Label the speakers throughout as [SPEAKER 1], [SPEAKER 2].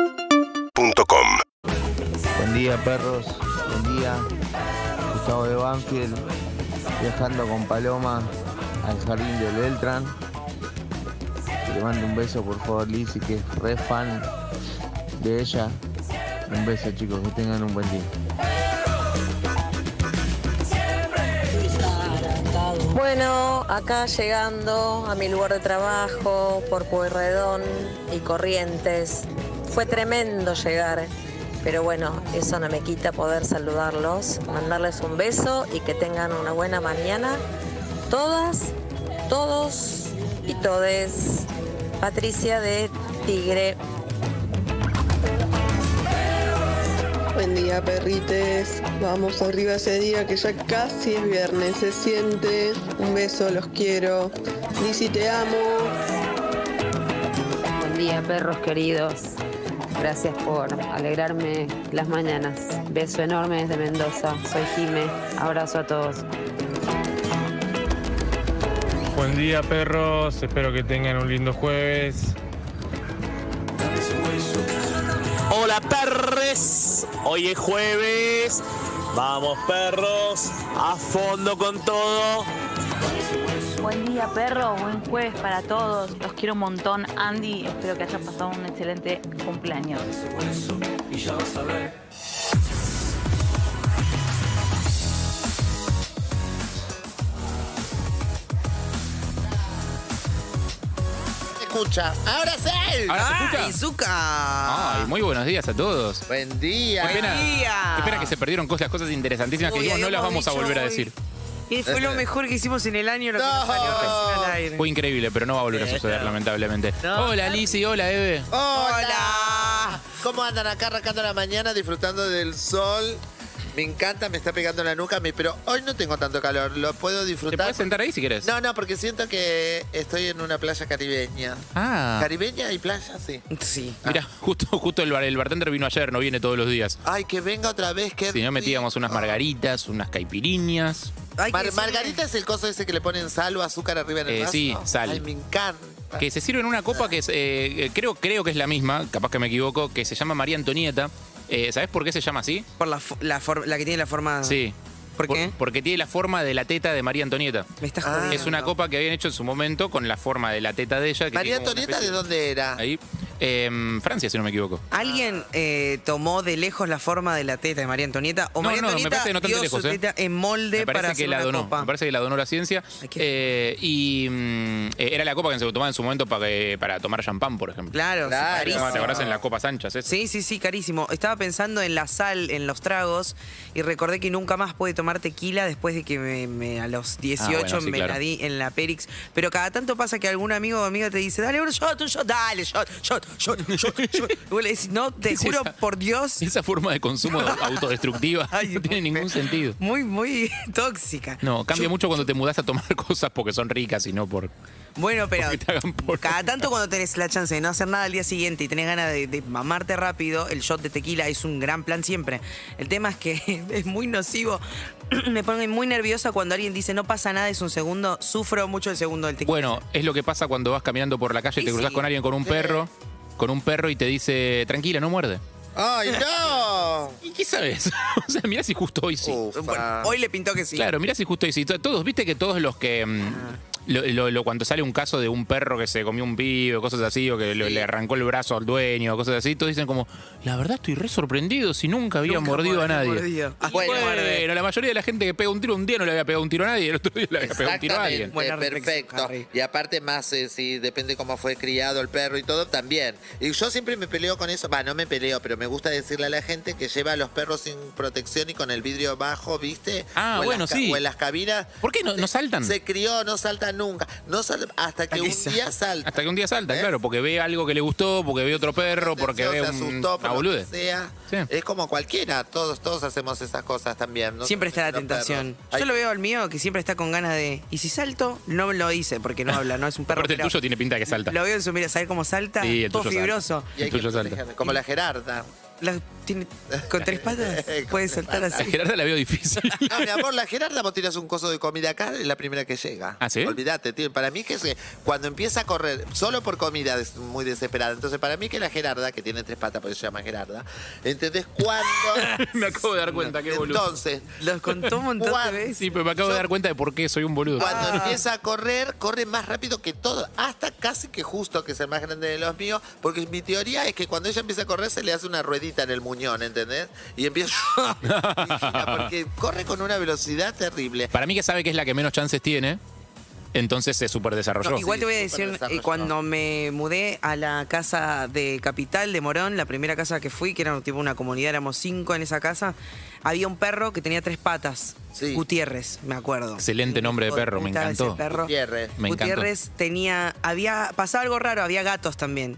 [SPEAKER 1] UrbanaPlayFM.com
[SPEAKER 2] Buen día, perros. Buen día. Gustavo de Banfield. Viajando con Paloma al jardín de Beltrán. Le mando un beso, por favor, Lizzy, que es re fan de ella. Un beso, chicos. Que tengan un buen día.
[SPEAKER 3] Bueno, acá llegando a mi lugar de trabajo por Pueyrredón y Corrientes. Fue tremendo llegar, pero bueno, eso no me quita poder saludarlos, mandarles un beso y que tengan una buena mañana. Todas, todos y todes. Patricia de Tigre.
[SPEAKER 4] Buen día, perrites. Vamos arriba ese día que ya casi es viernes. Se siente. Un beso, los quiero. Lizzy, te amo.
[SPEAKER 5] Buen día, perros queridos. Gracias por alegrarme las mañanas. Beso enorme desde Mendoza. Soy Jime. Abrazo a todos.
[SPEAKER 6] Buen día perros, espero que tengan un lindo jueves.
[SPEAKER 7] Hola perres, hoy es jueves. Vamos perros, a fondo con todo.
[SPEAKER 8] Buen día, perro. Buen jueves para todos. Los quiero un montón, Andy. Espero que hayan pasado un excelente cumpleaños.
[SPEAKER 9] escucha. Ahora sí.
[SPEAKER 10] ¿Ahora se
[SPEAKER 9] Ah,
[SPEAKER 10] escucha?
[SPEAKER 9] Izuka.
[SPEAKER 10] Ay, muy buenos días a todos.
[SPEAKER 9] Buen día.
[SPEAKER 10] Qué pena, qué pena que se perdieron cosas, cosas interesantísimas que
[SPEAKER 11] Uy,
[SPEAKER 10] dijimos, no las
[SPEAKER 11] habíamos
[SPEAKER 10] vamos a
[SPEAKER 11] dicho
[SPEAKER 10] volver a
[SPEAKER 11] hoy.
[SPEAKER 10] decir.
[SPEAKER 11] Y fue lo mejor que hicimos en el año, lo que
[SPEAKER 9] Este. No. Este.
[SPEAKER 11] nos salió recién al aire.
[SPEAKER 10] Fue increíble, pero no va a volver a suceder, lamentablemente.
[SPEAKER 11] No.
[SPEAKER 10] Hola, Lizzy, hola, Eve.
[SPEAKER 9] Hola. ¿Cómo andan acá arrancando la mañana disfrutando del sol? Me encanta, me está pegando en la nuca, me- pero hoy no tengo tanto calor, lo puedo
[SPEAKER 10] ¿Te
[SPEAKER 9] disfrutar.
[SPEAKER 10] puedes sentar ahí si querés?
[SPEAKER 9] No, no, porque siento que estoy en una playa caribeña.
[SPEAKER 10] Ah,
[SPEAKER 9] ¿Caribeña y playa? Sí.
[SPEAKER 11] Sí.
[SPEAKER 10] mira, justo, justo el, bar- el bartender vino ayer, no viene todos los días.
[SPEAKER 9] Ay, que venga otra vez que.
[SPEAKER 10] Si no, metíamos unas margaritas, unas caipiriñas.
[SPEAKER 11] Hay que
[SPEAKER 9] Mar-
[SPEAKER 11] decirle-
[SPEAKER 9] margarita es el coso ese que le ponen sal o azúcar arriba en el
[SPEAKER 10] Eh,
[SPEAKER 9] vaso.
[SPEAKER 10] sí, sal.
[SPEAKER 9] Ay, me
[SPEAKER 11] Ah.
[SPEAKER 9] encanta.
[SPEAKER 10] Que se sirve en una copa que es, eh, eh, creo, creo que es la misma, capaz que me equivoco, que se llama María Antonieta. Eh, ¿Sabés por qué se llama así?
[SPEAKER 11] Por la, fo- la, for- la que tiene la forma.
[SPEAKER 10] Sí.
[SPEAKER 11] ¿Por qué?
[SPEAKER 10] porque tiene la forma de la teta de María Antonieta.
[SPEAKER 11] Me estás
[SPEAKER 9] Ah.
[SPEAKER 11] jodiendo.
[SPEAKER 10] Es una copa que habían hecho en su momento con la forma de la teta de ella. que
[SPEAKER 9] María
[SPEAKER 10] tiene como una
[SPEAKER 9] Antonieta, ¿de
[SPEAKER 10] especie-
[SPEAKER 9] dónde era?
[SPEAKER 10] Ahí. Em, Francia, si no me equivoco.
[SPEAKER 11] ¿Alguien eh, tomó de lejos la forma de la teta de María Antonieta? ¿O
[SPEAKER 10] No,
[SPEAKER 11] María
[SPEAKER 10] no, me
[SPEAKER 11] Antonieta
[SPEAKER 10] parece que no tan
[SPEAKER 11] dio
[SPEAKER 10] de lejos,
[SPEAKER 11] su
[SPEAKER 10] ¿eh?
[SPEAKER 11] teta en molde
[SPEAKER 10] Me parece
[SPEAKER 11] para
[SPEAKER 10] que
[SPEAKER 11] hacer
[SPEAKER 10] la
[SPEAKER 11] una
[SPEAKER 10] donó.
[SPEAKER 11] copa?
[SPEAKER 10] Me parece que la donó la ciencia.
[SPEAKER 11] Ay, qué-
[SPEAKER 10] Eh, y mm, eh, era la copa que se tomaba en su momento para, que- para tomar champán, por ejemplo.
[SPEAKER 11] Claro, sí,
[SPEAKER 9] Claro.
[SPEAKER 10] ¿Te
[SPEAKER 11] carísimo.
[SPEAKER 10] acordás en las copas anchas? esa?
[SPEAKER 11] Sí, sí, sí, carísimo. Estaba pensando en la sal, en los tragos, y recordé que nunca más pude tomar tequila después de que me, me- a los 18
[SPEAKER 10] Ah, bueno, sí,
[SPEAKER 11] me
[SPEAKER 10] claro.
[SPEAKER 11] la di en la Perix. Pero cada tanto pasa que algún amigo o amiga te dice, dale un shot, un shot, dale, shot, shot, shot, shot, shot. Y vos le decís, no, te
[SPEAKER 10] Es
[SPEAKER 11] juro
[SPEAKER 10] esa-
[SPEAKER 11] por Dios.
[SPEAKER 10] Esa forma de consumo autodestructiva
[SPEAKER 11] Ay,
[SPEAKER 10] no tiene ningún sentido.
[SPEAKER 11] Muy, muy tóxica.
[SPEAKER 10] No, cambia mucho cuando te mudás a tomar cosas porque son ricas y no por.
[SPEAKER 11] Bueno, pero
[SPEAKER 10] Porque te hagan polvo.
[SPEAKER 11] cada tanto cuando tenés la chance de no hacer nada al día siguiente y tenés ganas de, de mamarte rápido, el shot de tequila es un gran plan siempre. El tema es que es muy nocivo. Me pongo muy nerviosa cuando alguien dice no pasa nada, es un segundo. Sufro mucho el segundo del tequila.
[SPEAKER 10] Bueno, es lo que pasa cuando vas caminando por la calle y
[SPEAKER 11] Sí,
[SPEAKER 10] te cruzas
[SPEAKER 11] sí.
[SPEAKER 10] con alguien con un perro, con un perro y te dice, tranquila, no muerde.
[SPEAKER 9] ¡Ay, no!
[SPEAKER 10] ¿Y qué sabes? o sea, mirá si justo hoy sí.
[SPEAKER 9] Ufa.
[SPEAKER 11] Bueno, hoy le pintó Oh, que sí. Ah.
[SPEAKER 10] Claro, mirá si justo hoy sí. To- Todos, viste que todos los que. mm, lo- lo- lo- cuando sale un caso de un perro que se comió un pibe, o cosas así, o que lo- le arrancó el brazo al dueño, o cosas así, todos dicen como, la verdad estoy re sorprendido si nunca había
[SPEAKER 11] Nunca
[SPEAKER 10] mordido a
[SPEAKER 11] mordió,
[SPEAKER 10] nadie.
[SPEAKER 11] mordido.
[SPEAKER 10] Y
[SPEAKER 11] Hasta
[SPEAKER 10] Bueno,
[SPEAKER 11] que muerde.
[SPEAKER 10] la mayoría de la gente que pega un tiro un día no le había pegado un tiro a nadie, el otro día le había pegado un tiro a alguien.
[SPEAKER 9] Exactamente,
[SPEAKER 11] Buena reflexión,
[SPEAKER 9] perfecto.
[SPEAKER 11] Harry.
[SPEAKER 9] Y aparte más, eh, si depende cómo fue criado el perro y todo, también. Y yo siempre me peleo con eso, va, no me peleo, pero me gusta decirle a la gente que lleva a los perros sin protección y con el vidrio bajo, ¿viste?
[SPEAKER 10] Ah,
[SPEAKER 9] O en
[SPEAKER 10] bueno,
[SPEAKER 9] las ca-
[SPEAKER 10] sí.
[SPEAKER 9] O en las cabinas.
[SPEAKER 10] ¿Por qué no, no saltan?
[SPEAKER 9] Se crió, no salta nunca. No salta, hasta que
[SPEAKER 11] que
[SPEAKER 9] un
[SPEAKER 11] sal-
[SPEAKER 9] día salta.
[SPEAKER 10] Hasta que un día salta,
[SPEAKER 9] ¿Ves?
[SPEAKER 10] claro, porque ve algo que le gustó, porque ve otro perro, porque
[SPEAKER 9] Se
[SPEAKER 10] ve un,
[SPEAKER 9] asustó,
[SPEAKER 10] una
[SPEAKER 9] por lo que
[SPEAKER 10] boludez.
[SPEAKER 9] sea.
[SPEAKER 10] Sí.
[SPEAKER 9] Es como cualquiera, todos, todos hacemos esas cosas también. ¿no?
[SPEAKER 11] Siempre está la
[SPEAKER 9] Los perros.
[SPEAKER 11] tentación.
[SPEAKER 9] Ay,
[SPEAKER 11] Yo lo veo al mío que siempre está con ganas de. Y si salto, no me lo dice porque no habla, no es un perro.
[SPEAKER 10] Aparte el
[SPEAKER 11] pero
[SPEAKER 10] este tuyo tiene pinta de que salta.
[SPEAKER 11] Lo veo en su mira, saber cómo salta,
[SPEAKER 10] Sí, el
[SPEAKER 11] todo
[SPEAKER 10] tuyo salta.
[SPEAKER 11] fibroso.
[SPEAKER 9] y hay
[SPEAKER 10] El tuyo
[SPEAKER 9] que proteger, Como la Gerarda.
[SPEAKER 11] Las
[SPEAKER 3] tiene con tres patas, puede saltar
[SPEAKER 10] A
[SPEAKER 3] así.
[SPEAKER 10] Gerarda la veo difícil.
[SPEAKER 9] No, Ah, mi amor, la Gerarda vos tirás un coso de comida acá, es la primera que llega.
[SPEAKER 10] ¿Ah, sí?
[SPEAKER 9] Olvídate, tío. Para mí que se- cuando empieza a correr, solo por comida es muy desesperada. Entonces, para mí que la Gerarda, que tiene tres patas, por eso se llama Gerarda, ¿entendés cuándo?
[SPEAKER 10] me acabo de dar cuenta, qué boludo.
[SPEAKER 9] Entonces,
[SPEAKER 3] Los contó un montón de veces.
[SPEAKER 10] Sí, pero me acabo de dar cuenta de por qué soy un boludo.
[SPEAKER 9] cuando empieza a correr, corre más rápido que todo, hasta casi que justo, que es el más grande de los míos, porque mi teoría es que cuando ella empieza a correr se le hace una ruedita en el muñón, ¿entendés? Y empieza y gira, porque corre con una velocidad terrible.
[SPEAKER 10] Para mí que sabe que es la que menos chances tiene, entonces se super desarrolló.
[SPEAKER 3] No, igual te voy a
[SPEAKER 9] Sí, súper
[SPEAKER 3] decir, eh,
[SPEAKER 9] desarrollado.
[SPEAKER 3] cuando me mudé a la casa de Capital de Morón, la primera casa que fui, que era tipo una comunidad, éramos cinco en esa casa, había un perro que tenía tres patas.
[SPEAKER 9] Sí.
[SPEAKER 3] Gutiérrez, me acuerdo.
[SPEAKER 10] Excelente nombre de
[SPEAKER 3] Hijo
[SPEAKER 10] perro, me
[SPEAKER 3] puta ese
[SPEAKER 10] encantó.
[SPEAKER 3] perro.
[SPEAKER 9] Gutiérrez.
[SPEAKER 10] Me encantó.
[SPEAKER 3] Gutiérrez tenía, Ah, había, pasaba algo raro, había gatos también.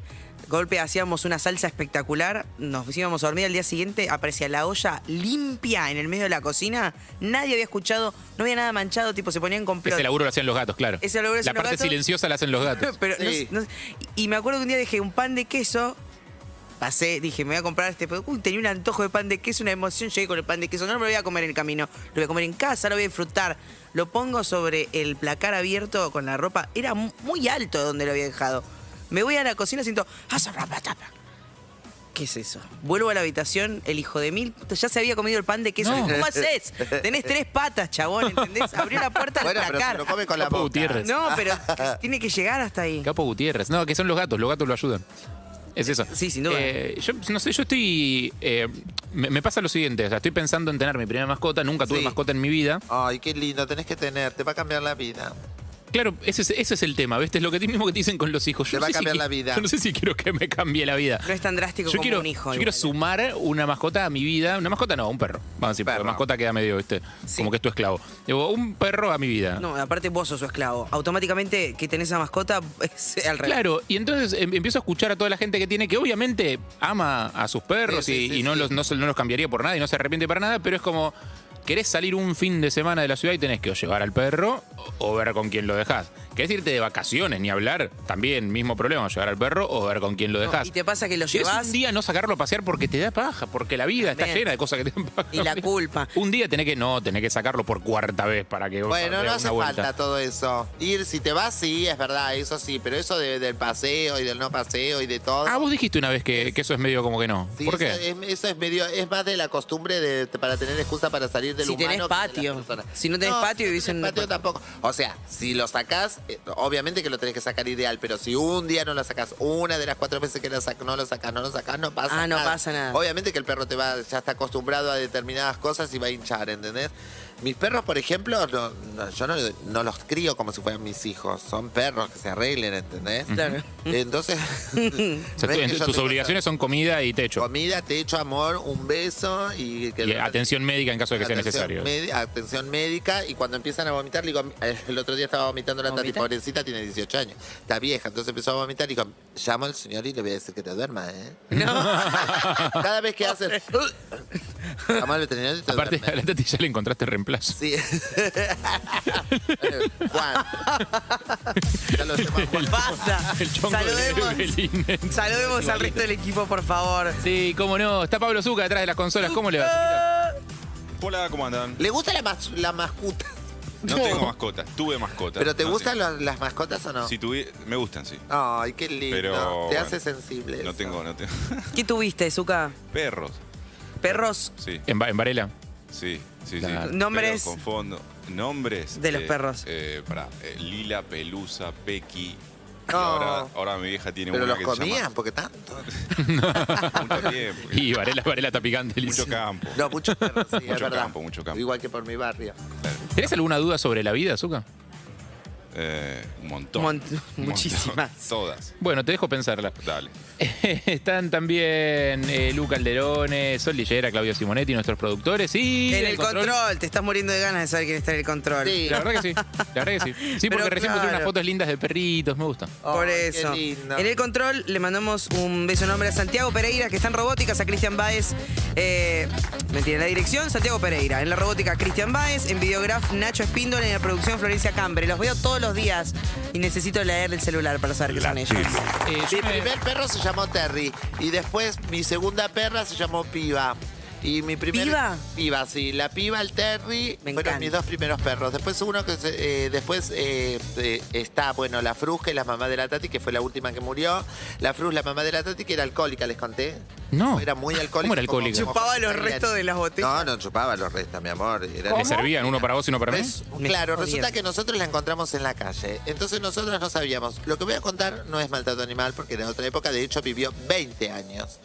[SPEAKER 3] Golpe hacíamos una salsa espectacular, nos íbamos a dormir al día siguiente, aparecía la olla limpia en el medio de la cocina, nadie había escuchado, no había nada manchado, tipo se ponían con
[SPEAKER 10] Ese laburo lo hacían los gatos, claro.
[SPEAKER 3] Ese laburo lo
[SPEAKER 10] la
[SPEAKER 3] hacían los
[SPEAKER 10] parte
[SPEAKER 3] gatos.
[SPEAKER 10] silenciosa la hacen los gatos.
[SPEAKER 3] Pero no-
[SPEAKER 9] Sí.
[SPEAKER 3] no- y me acuerdo que un día dejé un pan de queso. Pasé, dije, me voy a comprar este. pero, Uy, tenía un antojo de pan de queso, una emoción. Llegué con el pan de queso. No me lo voy a comer en el camino. Lo voy a comer en casa, lo voy a disfrutar. Lo pongo sobre el placar abierto con la ropa. Era mu- muy alto donde lo había dejado. Me voy a la cocina, siento. "Ah, zapra, pa, tapa". ¿Qué es eso? Vuelvo a la habitación, el hijo de mil. puta, Ya se había comido el pan de queso.
[SPEAKER 10] No.
[SPEAKER 3] ¿Cómo haces? Tenés tres patas, chabón, ¿entendés? Abrió la puerta del
[SPEAKER 9] Bueno, pero
[SPEAKER 3] placar.
[SPEAKER 9] se lo come con la
[SPEAKER 10] Capo
[SPEAKER 9] boca.
[SPEAKER 10] Gutiérrez.
[SPEAKER 3] No, pero tiene que llegar hasta ahí.
[SPEAKER 10] Capo Gutiérrez. No, que son los gatos, los gatos lo ayudan. Es eso.
[SPEAKER 3] Sí, sin duda.
[SPEAKER 10] Eh, yo no sé, yo estoy. eh, me, me pasa lo siguiente, o sea, estoy pensando en tener mi primera mascota, nunca tuve
[SPEAKER 9] Sí.
[SPEAKER 10] mascota en mi vida.
[SPEAKER 9] Ay, qué lindo, tenés que tener, te va a cambiar la vida.
[SPEAKER 10] Claro, ese es, ese es el tema, ¿viste? Es lo que mismo que te dicen con los hijos.
[SPEAKER 9] Te
[SPEAKER 10] Yo no
[SPEAKER 9] va a
[SPEAKER 10] sé si
[SPEAKER 9] cambiar
[SPEAKER 10] qui-
[SPEAKER 9] la vida.
[SPEAKER 10] Yo no sé si quiero que me cambie la vida.
[SPEAKER 3] No es tan drástico
[SPEAKER 10] Yo
[SPEAKER 3] como
[SPEAKER 10] quiero,
[SPEAKER 3] un hijo.
[SPEAKER 10] yo
[SPEAKER 3] igual.
[SPEAKER 10] quiero sumar una mascota a mi vida. Una mascota no, un perro. Vamos a decir, porque
[SPEAKER 9] Perro.
[SPEAKER 10] mascota queda medio, ¿viste?
[SPEAKER 3] Sí.
[SPEAKER 10] Como que es tu esclavo. Digo, un perro a mi vida.
[SPEAKER 3] No, aparte vos sos su esclavo. Automáticamente que tenés a mascota es al revés.
[SPEAKER 10] Claro, y entonces em- empiezo a escuchar a toda la gente que tiene, que obviamente ama a sus perros
[SPEAKER 9] Sí, sí,
[SPEAKER 10] y,
[SPEAKER 9] sí,
[SPEAKER 10] y no,
[SPEAKER 9] sí.
[SPEAKER 10] Los, no, se- no los cambiaría por nada y no se arrepiente para nada, pero es como, querés salir un fin de semana de la ciudad y tenés que o llevar al perro o, o ver con quién lo dejás. Querés irte de vacaciones ni hablar, también mismo problema, llevar al perro o ver con quién lo
[SPEAKER 3] No,
[SPEAKER 10] dejás.
[SPEAKER 3] y te pasa que lo
[SPEAKER 10] Querés
[SPEAKER 3] llevas
[SPEAKER 10] un día no sacarlo a pasear porque te da paja, porque la vida está
[SPEAKER 3] También.
[SPEAKER 10] llena de cosas que te dan paja.
[SPEAKER 3] y la culpa.
[SPEAKER 10] Un día tenés que, no, tenés que sacarlo por cuarta vez para que vos
[SPEAKER 9] Bueno,
[SPEAKER 10] te
[SPEAKER 9] no
[SPEAKER 10] des
[SPEAKER 9] hace
[SPEAKER 10] una vuelta.
[SPEAKER 9] falta todo eso. Ir, si te vas, sí, es verdad, eso sí, pero eso de- del paseo y del no paseo y de todo.
[SPEAKER 10] Ah, vos dijiste una vez que, que eso es medio como que no.
[SPEAKER 9] Sí,
[SPEAKER 10] ¿Por qué?
[SPEAKER 9] Eso es, eso es medio, es más de la costumbre de, para tener excusa para salir del
[SPEAKER 3] Si
[SPEAKER 9] humano.
[SPEAKER 3] tenés
[SPEAKER 9] que de las
[SPEAKER 3] patio.
[SPEAKER 9] personas.
[SPEAKER 3] Si no tenés patio, vivís en un
[SPEAKER 9] patio tampoco. O sea, si lo sacás, eh, obviamente que lo tenés que sacar ideal, pero si un día no lo sacás, una de las cuatro veces que lo sac- no lo sacás, no lo sacás, no pasa nada.
[SPEAKER 3] Ah, no pasa nada.
[SPEAKER 9] Obviamente que el perro te va, ya está acostumbrado a determinadas cosas y va a hinchar, ¿entendés? Mis perros, por ejemplo, no- no, yo no, no los crío como si fueran mis hijos. Son perros que se arreglen, ¿entendés?
[SPEAKER 3] Claro.
[SPEAKER 9] Entonces.
[SPEAKER 10] O sea,
[SPEAKER 9] no es que
[SPEAKER 10] tu-
[SPEAKER 9] yo
[SPEAKER 10] tus
[SPEAKER 9] tengo-
[SPEAKER 10] obligaciones son comida y techo.
[SPEAKER 9] Comida, te echo amor, un beso y que
[SPEAKER 10] Y atención médica en caso de que sea
[SPEAKER 9] atención
[SPEAKER 10] necesario.
[SPEAKER 9] medi- atención médica y cuando empiezan a vomitar, le digo, eh, el otro día estaba vomitando la tati,
[SPEAKER 3] ¿Vomita?
[SPEAKER 9] pobrecita tiene 18 años, está vieja, entonces empezó a vomitar y digo, llamo al señor y le voy a decir que te duerma, ¿eh? Cada vez que hacen, llamo al veterinario y te
[SPEAKER 10] Aparte, a
[SPEAKER 9] duerme.
[SPEAKER 10] la Tati ya le encontraste reemplazo.
[SPEAKER 9] Sí. Juan. Ya lo llamo a Juan. Ah,
[SPEAKER 3] Basta.
[SPEAKER 10] El chongo
[SPEAKER 3] Saludemos.
[SPEAKER 10] de Belín.
[SPEAKER 3] Saludemos al resto del equipo, por favor.
[SPEAKER 10] Sí, cómo no. Está Pablo Zucca detrás de las consolas. ¿Cómo le va?
[SPEAKER 1] Hola, ¿cómo andan?
[SPEAKER 9] ¿Le gusta la, mas- la mascota?
[SPEAKER 1] No tengo mascotas, tuve mascotas.
[SPEAKER 9] ¿Pero te
[SPEAKER 1] No
[SPEAKER 9] gustan
[SPEAKER 1] sé.
[SPEAKER 9] las- las mascotas o no?
[SPEAKER 1] Si tuvi- Me gustan, sí.
[SPEAKER 9] Ay, qué lindo.
[SPEAKER 1] Pero,
[SPEAKER 9] Te
[SPEAKER 1] bueno,
[SPEAKER 9] hace sensible.
[SPEAKER 1] No
[SPEAKER 9] eso.
[SPEAKER 1] tengo, no tengo.
[SPEAKER 3] ¿Qué tuviste, Zuka?
[SPEAKER 1] Perros,
[SPEAKER 3] Perros
[SPEAKER 1] sí,
[SPEAKER 10] En, Va- en Varela.
[SPEAKER 1] sí, sí.
[SPEAKER 10] Claro.
[SPEAKER 1] sí.
[SPEAKER 3] Nombres-
[SPEAKER 1] Pero Con fondo. Nombres.
[SPEAKER 3] De los perros.
[SPEAKER 1] eh, pará, eh, Lila, Pelusa, Pequi. Y
[SPEAKER 9] No.
[SPEAKER 1] Ahora, ahora mi vieja tiene
[SPEAKER 9] Pero
[SPEAKER 1] una
[SPEAKER 9] los
[SPEAKER 1] que se
[SPEAKER 9] comían,
[SPEAKER 1] llama...
[SPEAKER 9] porque tanto.
[SPEAKER 1] Mucho tiempo.
[SPEAKER 10] Y Varela, Varela está picante.
[SPEAKER 1] mucho
[SPEAKER 10] Liz.
[SPEAKER 1] campo.
[SPEAKER 9] No, muchos perros, sí, es
[SPEAKER 1] Mucho
[SPEAKER 9] verdad.
[SPEAKER 1] campo, mucho campo.
[SPEAKER 9] Igual que por mi barrio.
[SPEAKER 10] ¿Tenés alguna duda sobre la vida, Zucca?
[SPEAKER 1] Eh, un montón.
[SPEAKER 3] Mont-
[SPEAKER 1] Un montón.
[SPEAKER 3] muchísimas.
[SPEAKER 1] Todas.
[SPEAKER 10] Bueno, te dejo pensarla.
[SPEAKER 1] Dale.
[SPEAKER 10] Están también eh, Luca Alderone, Sol Lillera, Claudio Simonetti, nuestros productores. Y
[SPEAKER 3] en el control. Oh, te estás muriendo de ganas de saber quién está en el control.
[SPEAKER 9] Sí.
[SPEAKER 10] La verdad que sí. La verdad que sí. Sí,
[SPEAKER 3] Pero
[SPEAKER 10] porque recién pusieron unas
[SPEAKER 3] claro.
[SPEAKER 10] fotos lindas de perritos. Me gusta.
[SPEAKER 3] Por
[SPEAKER 9] Ay,
[SPEAKER 3] eso.
[SPEAKER 9] Qué lindo.
[SPEAKER 3] En el control le mandamos un beso enorme a Santiago Pereira, que está en robóticas, a Cristian Báez. eh, mentira, en la dirección, Santiago Pereira. En la robótica, Cristian Báez. En videograf, Nacho Espíndola. En la producción, Florencia Cambre. Los veo todos los días y necesito leer el celular para saber qué son ellos.
[SPEAKER 10] Eh,
[SPEAKER 9] mi primer perro se llamó Terry y después mi segunda perra se llamó Piba. Y mi primer...
[SPEAKER 3] ¿Piba?
[SPEAKER 9] Piba, sí. La piba, el Terry, fueron mis dos primeros perros. Después uno que... se- eh, después eh, eh, está, bueno, la Fruz, que es la mamá de la Tati, que fue la última que murió. La Fruz, la mamá de la Tati, que era alcohólica, les conté.
[SPEAKER 10] No.
[SPEAKER 9] Era muy alcohólica.
[SPEAKER 10] Oh. ¿Cómo era alcohólica?
[SPEAKER 3] Chupaba los restos de las botellas.
[SPEAKER 9] No, no chupaba los restos, mi amor. Era-
[SPEAKER 10] ¿Le servían uno para vos y uno para mí?
[SPEAKER 9] Res- Claro, resulta que nosotros la encontramos en la calle. Entonces nosotras no sabíamos. Lo que voy a contar no es maltrato animal, porque en otra época, de hecho, vivió 20 años.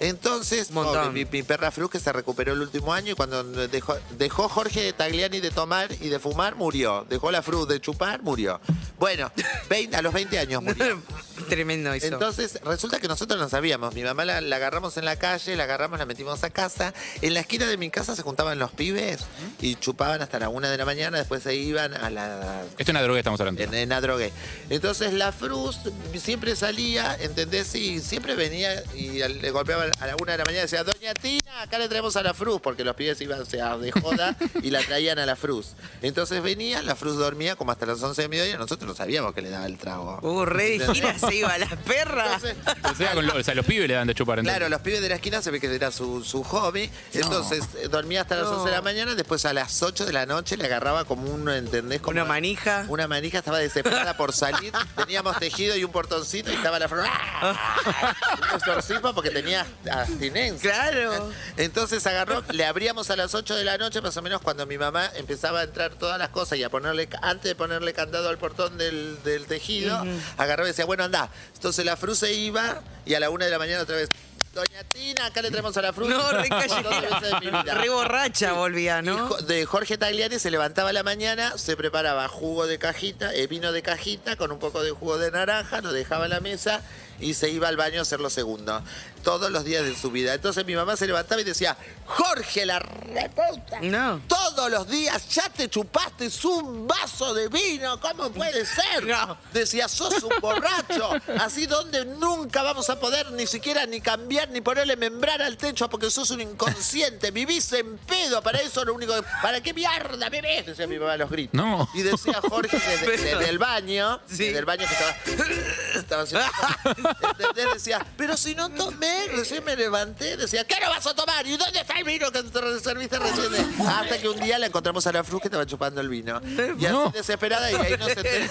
[SPEAKER 9] Entonces, pobre, mi, mi perra Fruz, que se recuperó el último año, y cuando dejó, dejó Jorge de Tagliani de tomar y de fumar, murió. Dejó la Fruz de chupar, murió. Bueno, 20 a los 20 años murió.
[SPEAKER 3] Tremendo eso.
[SPEAKER 9] Entonces, resulta que nosotros no sabíamos. Mi mamá la, la agarramos en la calle, la agarramos, la metimos a casa. En la esquina de mi casa se juntaban los pibes y chupaban hasta la una de la mañana, después se iban a la
[SPEAKER 10] Esto es una droga que estamos hablando.
[SPEAKER 9] en, en la drogué. Entonces la Fruz siempre salía, ¿entendés? Y siempre venía y al- le golpeaban a la una de la mañana y decía, Doña Tina, acá le traemos a la Fruz, porque los pibes iban o sea, de joda y la traían a la Fruz. Entonces venía, la Fruz dormía como hasta las 11 de mediodía, nosotros no sabíamos que le daba el trago.
[SPEAKER 3] Uh, re de gira se iba a las perras.
[SPEAKER 10] O sea, con lo- o sea, los pibes le dan de chupar. entonces.
[SPEAKER 9] Claro, los pibes de la esquina se ve que era su, su hobby. Entonces eh, dormía hasta las 11 de la mañana, después a las 8 de la noche le agarraba como un, ¿entendés? Como una
[SPEAKER 3] manija.
[SPEAKER 9] Una manija, estaba desesperada por salir. Teníamos tejido y un portoncito y estaba la flor. ¡Ah! Un exorcismo porque tenía abstinencia.
[SPEAKER 3] Claro.
[SPEAKER 9] Entonces agarró, le abríamos a las 8 de la noche, más o menos cuando mi mamá empezaba a entrar todas las cosas y a ponerle, antes de ponerle candado al portón del, del tejido,
[SPEAKER 3] Ujú.
[SPEAKER 9] agarró y decía, bueno, anda. Entonces la fru se iba y a la una de la mañana otra vez. Doña Tina, acá le traemos a la fruta.
[SPEAKER 3] No, re
[SPEAKER 9] Dos
[SPEAKER 3] callejera.
[SPEAKER 9] veces de mi vida.
[SPEAKER 3] Re borracha volvía, ¿no?
[SPEAKER 9] Y Jo- De Jorge Tagliani se levantaba a la mañana, se preparaba jugo de cajita, eh, vino de cajita con un poco de jugo de naranja, lo dejaba en la mesa y se iba al baño a hacer lo segundo. Todos los días de su vida. Entonces mi mamá se levantaba y decía, Jorge, la reputa.
[SPEAKER 3] No.
[SPEAKER 9] Todos los días ya te chupaste un vaso de vino, ¿cómo puede ser? Decía, sos un borracho. Así donde nunca vamos a poder ni siquiera ni cambiar ni ponerle membrana al techo porque sos un inconsciente. Vivís en pedo, para eso lo único. que- ¿Para qué mierda bebés? Decía mi mamá a los gritos.
[SPEAKER 10] No.
[SPEAKER 9] Y decía Jorge desde, desde el baño, desde el baño que estaba. estaba haciendo- ¿Entendés? Decía, pero si no tomé, recién me levanté, decía, ¿qué no vas a tomar? ¿Y dónde está el vino que te serviste recién? de-?" Hasta que un día la encontramos a la Fruz que estaba chupando el vino. Y así
[SPEAKER 10] No.
[SPEAKER 9] desesperada, y ahí nos, enter-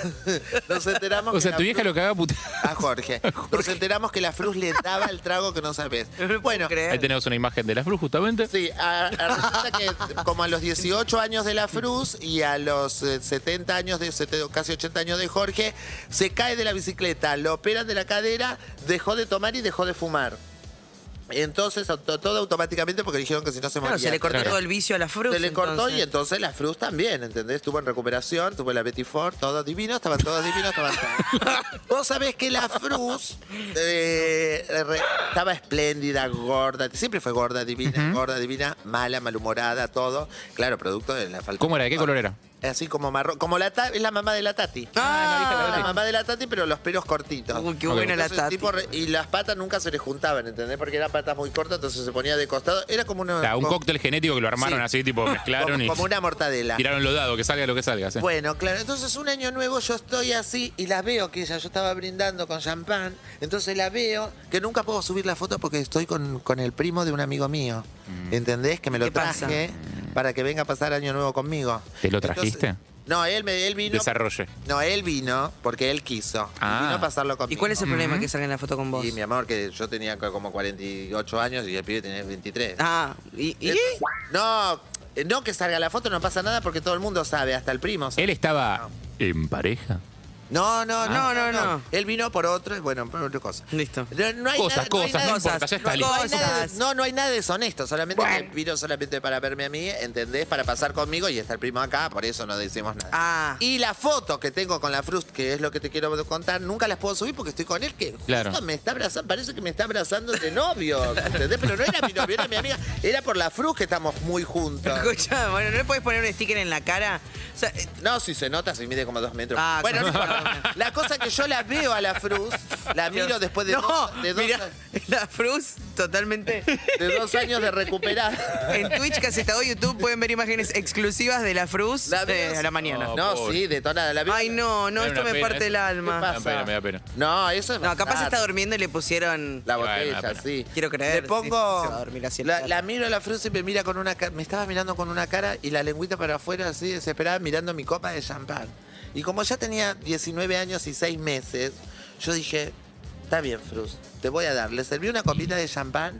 [SPEAKER 9] nos enteramos
[SPEAKER 10] O sea,
[SPEAKER 9] que
[SPEAKER 10] tu
[SPEAKER 9] la
[SPEAKER 10] vieja
[SPEAKER 9] Fruz-
[SPEAKER 10] lo cagaba puta.
[SPEAKER 9] a Jorge. Nos enteramos que la Fruz le daba el trago que no sabés. Bueno,
[SPEAKER 10] Ahí tenemos una imagen de las Fruz, justamente.
[SPEAKER 9] Sí, a- a- resulta que como a los 18 años de la Fruz y a los eh, 70 años, de sete- casi 80 años de Jorge, se cae de la bicicleta, lo operan de la cadera, dejó de tomar y dejó de fumar. Entonces, auto- todo automáticamente porque dijeron que si no se moría.
[SPEAKER 3] Claro, se le cortó todo el vicio a la fruta.
[SPEAKER 9] Se le cortó y entonces la Fruz también, ¿entendés? Estuvo en recuperación, tuvo la Betty Ford, todo divino, estaban todos divinos, estaban todos. Vos sabés que la Fruz eh, re- estaba espléndida, gorda, siempre fue gorda, divina, gorda, divina, mala, malhumorada, todo. Claro, producto de la falta.
[SPEAKER 10] ¿Cómo era? ¿De qué color era?
[SPEAKER 9] Así como marrón. Como la ta- es la mamá de la Tati.
[SPEAKER 3] Ah,
[SPEAKER 9] la mamá de la Tati, pero los pelos cortitos.
[SPEAKER 3] Uy, qué buena la
[SPEAKER 9] Entonces,
[SPEAKER 3] Tati.
[SPEAKER 9] tipo re- y las patas nunca se le juntaban, ¿entendés? Porque eran patas muy cortas, entonces se ponía de costado. Era como una.
[SPEAKER 10] O sea, un
[SPEAKER 9] co-
[SPEAKER 10] cóctel genético que lo armaron
[SPEAKER 9] Sí.
[SPEAKER 10] así, tipo, mezclaron
[SPEAKER 9] como,
[SPEAKER 10] y
[SPEAKER 9] como una mortadela.
[SPEAKER 10] tiraron lo dado, que salga lo que salga. sí.
[SPEAKER 9] Bueno, claro, entonces un año nuevo yo estoy así y la veo que ella, yo estaba brindando con champán, entonces la veo que nunca puedo subir la foto porque estoy con, con el primo de un amigo mío,
[SPEAKER 10] Mm.
[SPEAKER 9] ¿entendés? Que me lo
[SPEAKER 3] ¿Qué pasa?
[SPEAKER 9] traje para que venga a pasar año nuevo conmigo.
[SPEAKER 10] ¿Te lo
[SPEAKER 9] Entonces-
[SPEAKER 10] trajiste?
[SPEAKER 9] No, él, me, él vino...
[SPEAKER 10] Desarrolle.
[SPEAKER 9] No, él vino porque él quiso. y
[SPEAKER 10] Ah. Mm.
[SPEAKER 9] Vino a pasarlo
[SPEAKER 3] ¿Y
[SPEAKER 9] conmigo.
[SPEAKER 3] cuál es el problema que salga en la foto con vos?
[SPEAKER 9] Y mi amor, que yo tenía co- como 48 años y el pibe tenía 23.
[SPEAKER 3] Ah, ¿y? y?
[SPEAKER 9] Eh, No, eh, no que salga la foto, no pasa nada porque todo el mundo sabe, hasta el primo sabe.
[SPEAKER 10] Él estaba en pareja.
[SPEAKER 9] No, no, no,
[SPEAKER 3] Ah.
[SPEAKER 9] no,
[SPEAKER 3] No, no,
[SPEAKER 9] no.
[SPEAKER 3] no.
[SPEAKER 9] Él vino por otro, y bueno, por otra cosa.
[SPEAKER 3] Listo.
[SPEAKER 9] No, no hay
[SPEAKER 10] Cosas,
[SPEAKER 9] nada- no hay
[SPEAKER 10] cosas,
[SPEAKER 9] nada-
[SPEAKER 10] no importa, ya está
[SPEAKER 9] no, no hay
[SPEAKER 10] listo.
[SPEAKER 9] nada- No, no hay nada deshonesto, solamente que vino solamente para verme a mí, ¿entendés? Para pasar conmigo y está el primo acá, por eso no decimos nada.
[SPEAKER 3] Ah,
[SPEAKER 9] Y las fotos que tengo con la Frust, que es lo que te quiero contar, nunca las puedo subir porque estoy con él, que justo
[SPEAKER 10] Claro.
[SPEAKER 9] me está abrazando, parece que me está abrazando de novio, ¿entendés? Pero no era mi novio, era mi amiga, era por la Frust que estamos muy juntos.
[SPEAKER 3] escucha, bueno, ¿no le podés poner un sticker en la cara? O sea, eh,
[SPEAKER 9] No, si se nota, si mide como dos metros.
[SPEAKER 3] Ah,
[SPEAKER 9] bueno, no
[SPEAKER 3] claro.
[SPEAKER 9] importa. La cosa que yo la veo a la Fruz, la miro después de
[SPEAKER 3] No,
[SPEAKER 9] dos, de dos-
[SPEAKER 3] mirá, la Fruz totalmente.
[SPEAKER 9] de dos años de recuperar.
[SPEAKER 3] En Twitch, Casetado YouTube pueden ver imágenes exclusivas de la Fruz
[SPEAKER 9] La
[SPEAKER 3] de
[SPEAKER 9] veo-
[SPEAKER 3] a la mañana.
[SPEAKER 9] No, sí, de toda la vida.
[SPEAKER 3] Ay, no, no,
[SPEAKER 10] Me da
[SPEAKER 3] esto
[SPEAKER 10] una
[SPEAKER 3] me
[SPEAKER 10] pena,
[SPEAKER 3] parte el
[SPEAKER 10] eso.
[SPEAKER 3] alma.
[SPEAKER 9] ¿Qué pasa?
[SPEAKER 10] Me da pena.
[SPEAKER 9] No, eso es
[SPEAKER 3] No, capaz
[SPEAKER 9] bastardo.
[SPEAKER 3] está durmiendo y le pusieron.
[SPEAKER 9] La
[SPEAKER 10] Bueno,
[SPEAKER 9] botella,
[SPEAKER 10] pero-
[SPEAKER 9] sí.
[SPEAKER 3] Quiero creer,
[SPEAKER 9] Le
[SPEAKER 3] sí, se va a
[SPEAKER 9] pongo.
[SPEAKER 3] dormir así en la
[SPEAKER 9] la,
[SPEAKER 3] tarde.
[SPEAKER 9] la miro a la Fruz y me mira con una cara. Me estaba mirando con una cara y la lengüita para afuera, así desesperada, mirando mi copa de champán. Y como ya tenía 19 años y 6 meses, yo dije. Está bien, Fruz, te voy a dar. Le serví una copita de champán.